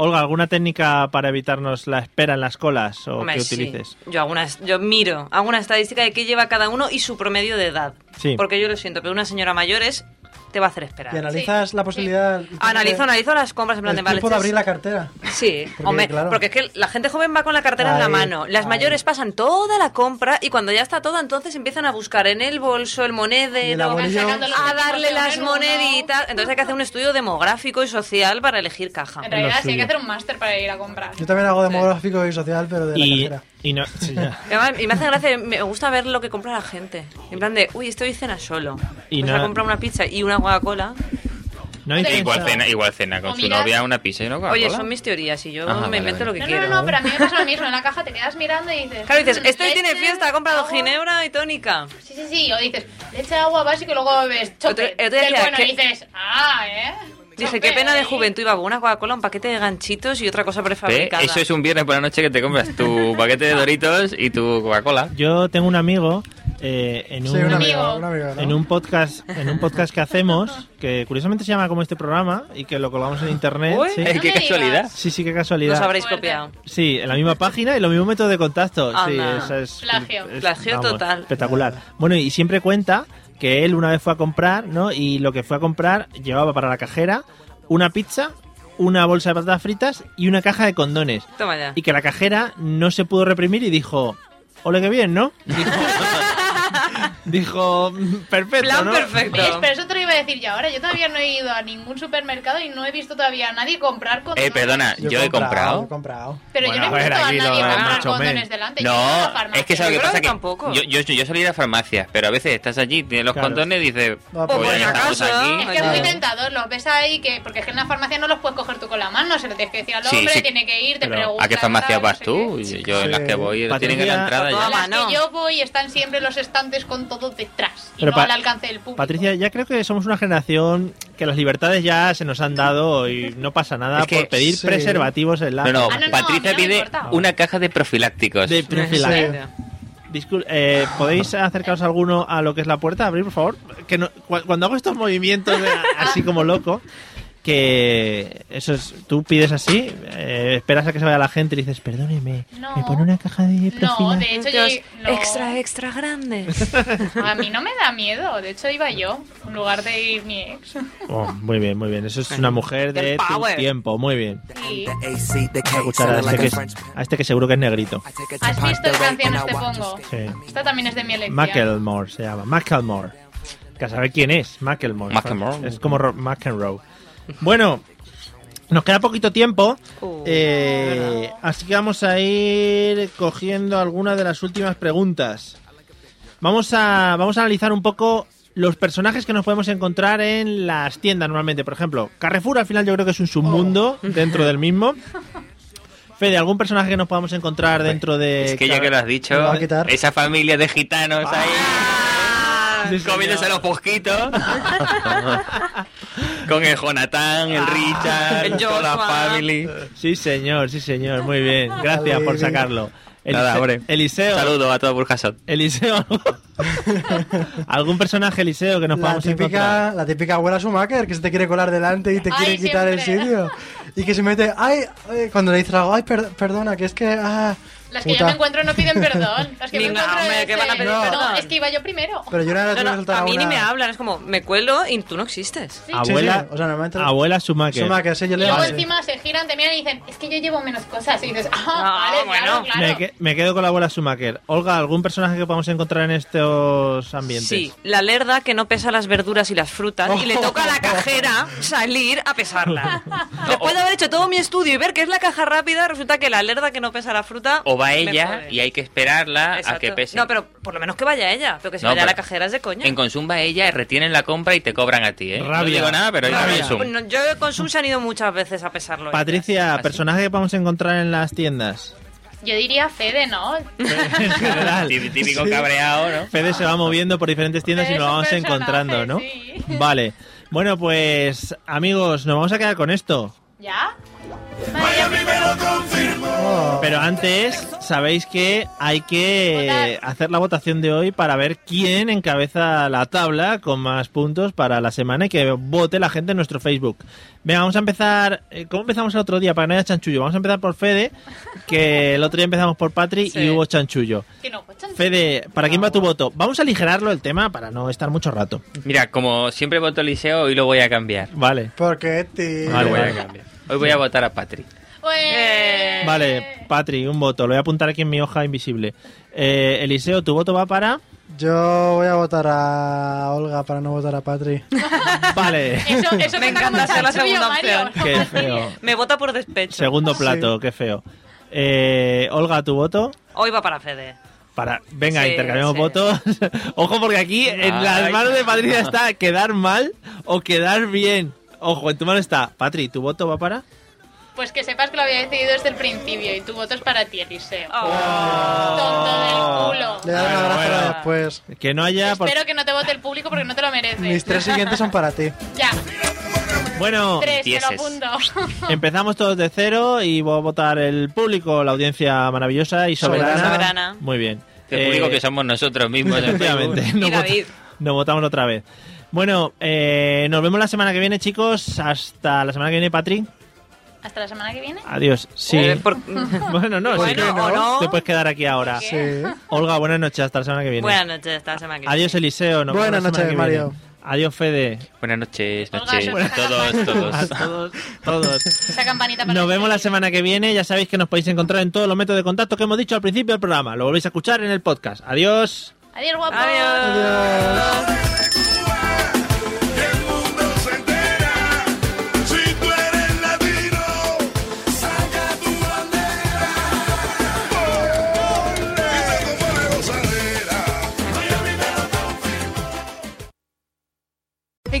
Speaker 4: Olga, ¿alguna técnica para evitarnos la espera en las colas o
Speaker 6: Hombre,
Speaker 4: que
Speaker 6: sí.
Speaker 4: utilices?
Speaker 6: Yo, hago una- yo miro, hago una estadística de qué lleva cada uno y su promedio de edad.
Speaker 4: Sí.
Speaker 6: Porque yo lo siento, pero una señora mayor es, te va a hacer
Speaker 7: Y
Speaker 6: esperar.
Speaker 7: analizas la posibilidad...
Speaker 6: Analizo, analizo las compras en plan
Speaker 7: El
Speaker 6: de vale,
Speaker 7: tiempo de
Speaker 6: este
Speaker 7: abrir
Speaker 6: es-
Speaker 7: la cartera.
Speaker 6: Sí,
Speaker 7: Porque,
Speaker 6: hombre,
Speaker 7: claro.
Speaker 6: porque es que la gente joven va con la cartera en la
Speaker 7: Ahí,
Speaker 6: mano. Las
Speaker 7: ahí.
Speaker 6: mayores pasan toda la compra y cuando ya está toda, entonces empiezan a buscar en el bolso, el
Speaker 7: Y el
Speaker 6: monedero,
Speaker 7: abuelillo.
Speaker 6: a darle las moneditas. Entonces hay que hacer un estudio demográfico y social para elegir caja.
Speaker 5: En realidad,
Speaker 4: lo
Speaker 5: sí hay que
Speaker 4: suyo.
Speaker 5: hacer un máster para ir a comprar.
Speaker 7: Yo también hago demográfico y social, pero de la
Speaker 4: Y,
Speaker 7: cartera.
Speaker 4: y no, sí, ya.
Speaker 6: Y además, y me hace gracia, me gusta ver lo que compra la gente. En plan de, uy, esto hoy cena solo.
Speaker 4: Y
Speaker 6: Y
Speaker 4: no-
Speaker 6: no... comprar una pizza y una Coca-Cola.
Speaker 4: No hay
Speaker 5: Pero-
Speaker 4: pensado-
Speaker 8: Igual cena, igual cena
Speaker 5: O
Speaker 8: con su
Speaker 5: mirar-
Speaker 8: novia, una pizza y una Coca-Cola.
Speaker 6: Oye, son mis teorías y yo
Speaker 8: Ajá,
Speaker 6: me
Speaker 8: vale,
Speaker 6: invento
Speaker 8: vale.
Speaker 6: lo que
Speaker 5: No, no,
Speaker 6: quiero.
Speaker 5: no, no, pero a mí me pasa lo mismo. En la caja te quedas mirando y dices.
Speaker 6: Claro, dices,
Speaker 5: "Mm,
Speaker 6: este hoy tiene
Speaker 5: leche,
Speaker 6: fiesta, ha comprado
Speaker 5: agua".
Speaker 6: ginebra y tónica.
Speaker 5: Sí, sí, sí. O dices, leche, agua básica y luego ves chope.
Speaker 6: Otro- otro día
Speaker 5: del
Speaker 6: decía
Speaker 5: bueno,
Speaker 6: que-
Speaker 5: y dices, ah, ¿eh?
Speaker 6: Dice,
Speaker 5: Chope,
Speaker 6: qué pena de
Speaker 5: ahí".
Speaker 6: juventud. Iba con una Coca-Cola, un paquete de ganchitos y otra cosa
Speaker 8: ¿Ve?
Speaker 6: prefabricada.
Speaker 8: Eso es un viernes por la noche que te compras tu paquete de Doritos y tu Coca-Cola.
Speaker 4: Yo tengo un amigo eh, en,
Speaker 7: Sí,
Speaker 4: un,
Speaker 7: un
Speaker 5: amigo.
Speaker 7: amigo, un amigo, ¿no?
Speaker 4: en un podcast en un podcast que hacemos, que curiosamente se llama como este programa y que lo colgamos en internet.
Speaker 6: Uy.
Speaker 4: Sí,
Speaker 8: Eh, ¡Qué
Speaker 5: me
Speaker 8: casualidad!
Speaker 5: digas.
Speaker 4: sí, sí, qué
Speaker 6: Nos
Speaker 4: casualidad.
Speaker 6: habréis
Speaker 5: Fuerte.
Speaker 6: copiado.
Speaker 4: Sí, en la misma página y los mismos métodos de contacto. sí,
Speaker 6: Anda.
Speaker 4: eso es,
Speaker 5: Plagio.
Speaker 4: es-
Speaker 6: Plagio total.
Speaker 4: Espectacular. Bueno, y siempre cuenta que él una vez fue a comprar, ¿no? Y lo que fue a comprar llevaba para la cajera una pizza, una bolsa de patatas fritas y una caja de condones.
Speaker 6: Toma ya.
Speaker 4: Y que la cajera no se pudo reprimir y dijo, ole que bien, ¿no? Dijo, dijo, "Mm, perfecto,
Speaker 6: Plan
Speaker 4: ¿no?".
Speaker 6: perfecto.
Speaker 5: Oye, pero eso te lo iba a decir yo ahora. Yo todavía no he ido a ningún supermercado y no he visto todavía a nadie comprar con
Speaker 8: Eh, perdona, yo, he comprado.
Speaker 5: Pero
Speaker 8: Bueno,
Speaker 5: yo no
Speaker 8: a
Speaker 5: he
Speaker 8: ver,
Speaker 5: visto a,
Speaker 8: aquí
Speaker 5: nadie
Speaker 8: lo de
Speaker 5: comprar
Speaker 8: macho
Speaker 5: condones
Speaker 8: men.
Speaker 5: delante. Yo he ido a la
Speaker 8: No,
Speaker 5: farmacia.
Speaker 8: es que sabes lo que pasa que
Speaker 5: tampoco.
Speaker 8: yo, yo, yo solía ir a farmacias, pero a veces estás allí, tienes los condones y dices,
Speaker 5: Ah,
Speaker 8: pues
Speaker 5: pues
Speaker 8: ya
Speaker 5: por
Speaker 8: estamos aquí.
Speaker 5: Es que es muy tentador, los ves ahí, que porque es que en la farmacia no los puedes coger tú con la mano, se lo tienes que decir al
Speaker 8: Sí,
Speaker 5: hombre,
Speaker 8: sí.
Speaker 5: tiene que ir, te
Speaker 8: Pero,
Speaker 5: pregunta.
Speaker 8: ¿A qué farmacia vas tú? Yo, yo en las que voy, tienen en la entrada ya.
Speaker 5: Las que yo voy están siempre los estantes con todo detrás y
Speaker 4: Pero
Speaker 5: no
Speaker 4: pa-
Speaker 5: al alcance del público.
Speaker 4: Patricia, ya creo que somos una generación que las libertades ya se nos han dado y no pasa nada
Speaker 8: Es que-
Speaker 4: por pedir
Speaker 8: sí.
Speaker 4: preservativos en la.
Speaker 8: No,
Speaker 5: Ah,
Speaker 8: no,
Speaker 4: farmacia.
Speaker 8: Patricia pide una caja de profilácticos.
Speaker 4: De profilácticos. Discul- eh, ¿Podéis acercaros alguno a lo que es la puerta? Abrir, por favor. Que no- cu- cuando hago estos movimientos de- así como loco, que eso es, tú pides así, eh, esperas a que se vaya la gente y dices, perdóneme, me pone una caja de
Speaker 5: No,
Speaker 4: profilácticos.
Speaker 5: de hecho yo...
Speaker 6: Entonces, extra,
Speaker 5: extra grande. A mí no me da miedo, de hecho iba yo, en lugar de ir mi ex.
Speaker 4: Oh, muy bien, muy bien. Eso es una mujer de
Speaker 5: El
Speaker 4: tu
Speaker 5: power.
Speaker 4: tiempo. Muy bien.
Speaker 5: Sí.
Speaker 4: Vamos a escuchar a este, que es- a este que seguro que es negrito.
Speaker 5: ¿Has visto qué canciones te pongo?
Speaker 4: Sí.
Speaker 5: Esta también es de mi elección.
Speaker 4: Macklemore se llama. Macklemore. Que a saber quién es. Macklemore.
Speaker 8: Macklemore.
Speaker 4: Es como Ro- McEnroe. Bueno, nos queda poquito tiempo. eh, así que vamos a ir cogiendo algunas de las últimas preguntas. Vamos a, vamos a analizar un poco los personajes que nos podemos encontrar en las tiendas normalmente. Por ejemplo, Carrefour al final yo creo que es un submundo dentro del mismo. Fede, ¿algún personaje que nos podamos encontrar dentro de...
Speaker 8: Es que ya que lo has dicho,
Speaker 4: Lo va a
Speaker 8: esa familia de gitanos
Speaker 5: Ah,
Speaker 8: ahí comiéndose los posquitos. Con el Jonathan,
Speaker 5: Ah,
Speaker 8: el Richard,
Speaker 4: el
Speaker 8: toda la family.
Speaker 4: Sí, señor, sí, señor. Muy bien. Gracias por sacarlo.
Speaker 8: Nada,
Speaker 4: Elise-
Speaker 8: hombre.
Speaker 4: Eliseo.
Speaker 8: Saludo a todo Burjasot.
Speaker 4: Eliseo. ¿Algún personaje, Eliseo, que nos
Speaker 7: La
Speaker 4: podamos encontrar?
Speaker 7: típica, la típica abuela Schumacher que se te quiere colar delante y te quiere quitar el sitio. Y que se mete, ay, ay", cuando le dices algo, ay, per- perdona, que es que. Ah,
Speaker 5: Las que yo
Speaker 7: puta".
Speaker 5: me encuentro no piden perdón. Las que me
Speaker 6: Venga,
Speaker 5: encuentro
Speaker 6: hombre,
Speaker 5: es
Speaker 6: que van a pedir
Speaker 5: no,
Speaker 6: perdón.
Speaker 5: es que iba yo primero.
Speaker 7: Pero yo nada,
Speaker 6: No,
Speaker 7: te voy a
Speaker 6: no,
Speaker 7: soltar
Speaker 6: a mí
Speaker 7: una-
Speaker 6: ni me hablan, es como, me cuelo y tú no existes.
Speaker 4: Abuela,
Speaker 7: Sí, sí, o sea, normalmente-
Speaker 4: abuela Schumacher.
Speaker 7: Schumacher, sí, yo
Speaker 5: Y
Speaker 7: le
Speaker 5: luego
Speaker 7: vale.
Speaker 5: encima se giran, te miran y dicen, es que yo llevo menos cosas. Y dices, ah, vale, claro, claro.
Speaker 4: Me, que- me quedo con la abuela Schumacher. Olga, ¿algún personaje que podamos encontrar en estos ambientes?
Speaker 6: Sí, la lerda que no pesa las verduras y las frutas y le
Speaker 8: Oh.
Speaker 6: toca a la cajera salir a pesarla. Después de haber hecho todo mi estudio y ver que es la caja rápida, resulta que la lerda que no pesa la fruta...
Speaker 8: O va
Speaker 6: me
Speaker 8: ella
Speaker 6: jode.
Speaker 8: y hay que esperarla a
Speaker 6: Exacto.
Speaker 8: que pese.
Speaker 6: No, pero por lo menos que vaya ella, pero que se
Speaker 8: No,
Speaker 6: vaya a la
Speaker 8: pero-
Speaker 6: cajera es de coña.
Speaker 8: En Consum va ella, retienen la compra y te cobran a ti, ¿eh? No
Speaker 4: Rabia.
Speaker 8: digo nada, pero en Consum.
Speaker 6: No, yo con Sum se han ido muchas veces a pesarlo.
Speaker 4: Patricia, personaje que podamos encontrar en las tiendas.
Speaker 5: Yo diría Fede, ¿no?
Speaker 8: Tí- Típico cabreado, ¿no?
Speaker 4: Fede se va moviendo por diferentes tiendas y
Speaker 5: Fede
Speaker 4: nos
Speaker 5: es un
Speaker 4: vamos encontrando, ¿no? Vale. Bueno, pues amigos, nos vamos a quedar con esto.
Speaker 5: ¿Ya?
Speaker 4: Pero antes, sabéis que hay que hacer la votación de hoy para ver quién encabeza la tabla con más puntos para la semana y que vote la gente en nuestro Facebook. Venga, vamos a empezar. eh, ¿Cómo empezamos el otro día? Para que no haya chanchullo. Vamos a empezar por Fede, que el otro día empezamos por Patri y hubo chanchullo.
Speaker 5: Que no, pues,
Speaker 4: Fede, ¿para quién va tu voto? Vamos a aligerarlo el tema para no estar mucho rato.
Speaker 8: Mira, como siempre voto Eliseo, hoy lo voy a cambiar.
Speaker 4: Vale.
Speaker 7: Porque, tío.
Speaker 8: Hoy lo voy a cambiar. Hoy voy a votar a Patri.
Speaker 5: pues,
Speaker 4: Vale, Patri, un voto. Lo voy a apuntar aquí en mi hoja invisible. Eh, Eliseo, tu voto va para.
Speaker 7: Yo voy a votar a Olga para no votar a Patri.
Speaker 4: Vale.
Speaker 5: Eso, eso
Speaker 6: Me
Speaker 5: cuenta
Speaker 6: encanta
Speaker 5: como
Speaker 6: ser
Speaker 5: chanchullo,
Speaker 6: la segunda
Speaker 5: Mario.
Speaker 6: opción.
Speaker 4: Qué feo.
Speaker 6: Me vota por despecho.
Speaker 4: Segundo plato, qué feo. Eh, Olga, tu voto.
Speaker 6: Hoy va para Fede.
Speaker 4: Para, venga,
Speaker 6: Sí,
Speaker 4: intercambiamos
Speaker 6: sí.
Speaker 4: votos. Ojo, porque aquí en las
Speaker 6: Ay.
Speaker 4: manos de Patricia está quedar mal o quedar bien. Ojo, en tu mano está. Patri, ¿tu voto va para?
Speaker 5: Pues que sepas que lo había decidido desde el principio y tu voto es para ti, Eliseo.
Speaker 6: Oh.
Speaker 4: Oh.
Speaker 5: Tonto
Speaker 7: Le
Speaker 5: del culo.
Speaker 7: daré
Speaker 6: Ah,
Speaker 7: un abrazo después.
Speaker 4: Que no haya. por-
Speaker 5: Espero que no te vote el público porque no te lo mereces.
Speaker 7: Mis tres siguientes son para ti.
Speaker 5: Ya,
Speaker 4: Bueno,
Speaker 5: tres, te lo
Speaker 6: Ah.
Speaker 5: apunto.
Speaker 4: empezamos todos de cero y voy a votar el público, la audiencia maravillosa y soberana.
Speaker 6: Soberana. Soberana.
Speaker 4: Muy bien.
Speaker 8: El
Speaker 4: Eh,
Speaker 8: público que somos nosotros mismos. en
Speaker 4: Efectivamente.
Speaker 8: Facebook.
Speaker 4: No
Speaker 6: Y David.
Speaker 4: Nos votamos otra vez. Bueno, eh, nos vemos la semana que viene, chicos. Hasta la semana que viene, Patri.
Speaker 5: Hasta la semana que viene.
Speaker 4: Adiós. Sí.
Speaker 6: Eh, por-
Speaker 4: Bueno, no,
Speaker 6: Bueno,
Speaker 4: sí.
Speaker 6: ¿o no?
Speaker 4: Te puedes quedar aquí ahora. Olga, buenas noches. Hasta la semana que viene.
Speaker 6: Buenas noches, hasta la semana que
Speaker 4: Adiós, Eliseo. Nos vemos
Speaker 7: Buenas
Speaker 4: la semana
Speaker 7: noches,
Speaker 4: que viene.
Speaker 7: Mario.
Speaker 4: Adiós, Fede.
Speaker 8: Buenas noches,
Speaker 5: Olga,
Speaker 8: noches.
Speaker 5: soy
Speaker 8: Todos,
Speaker 4: A
Speaker 8: todos.
Speaker 4: todos, todos.
Speaker 5: Esa campanita para
Speaker 4: Nos vemos la semana que viene. Ya sabéis que nos podéis encontrar en todos los métodos de contacto que hemos dicho al principio del programa. Lo volvéis a escuchar en el podcast. Adiós.
Speaker 5: Adiós, guapo.
Speaker 6: Adiós.
Speaker 5: Adiós.
Speaker 14: Tengo
Speaker 4: Hey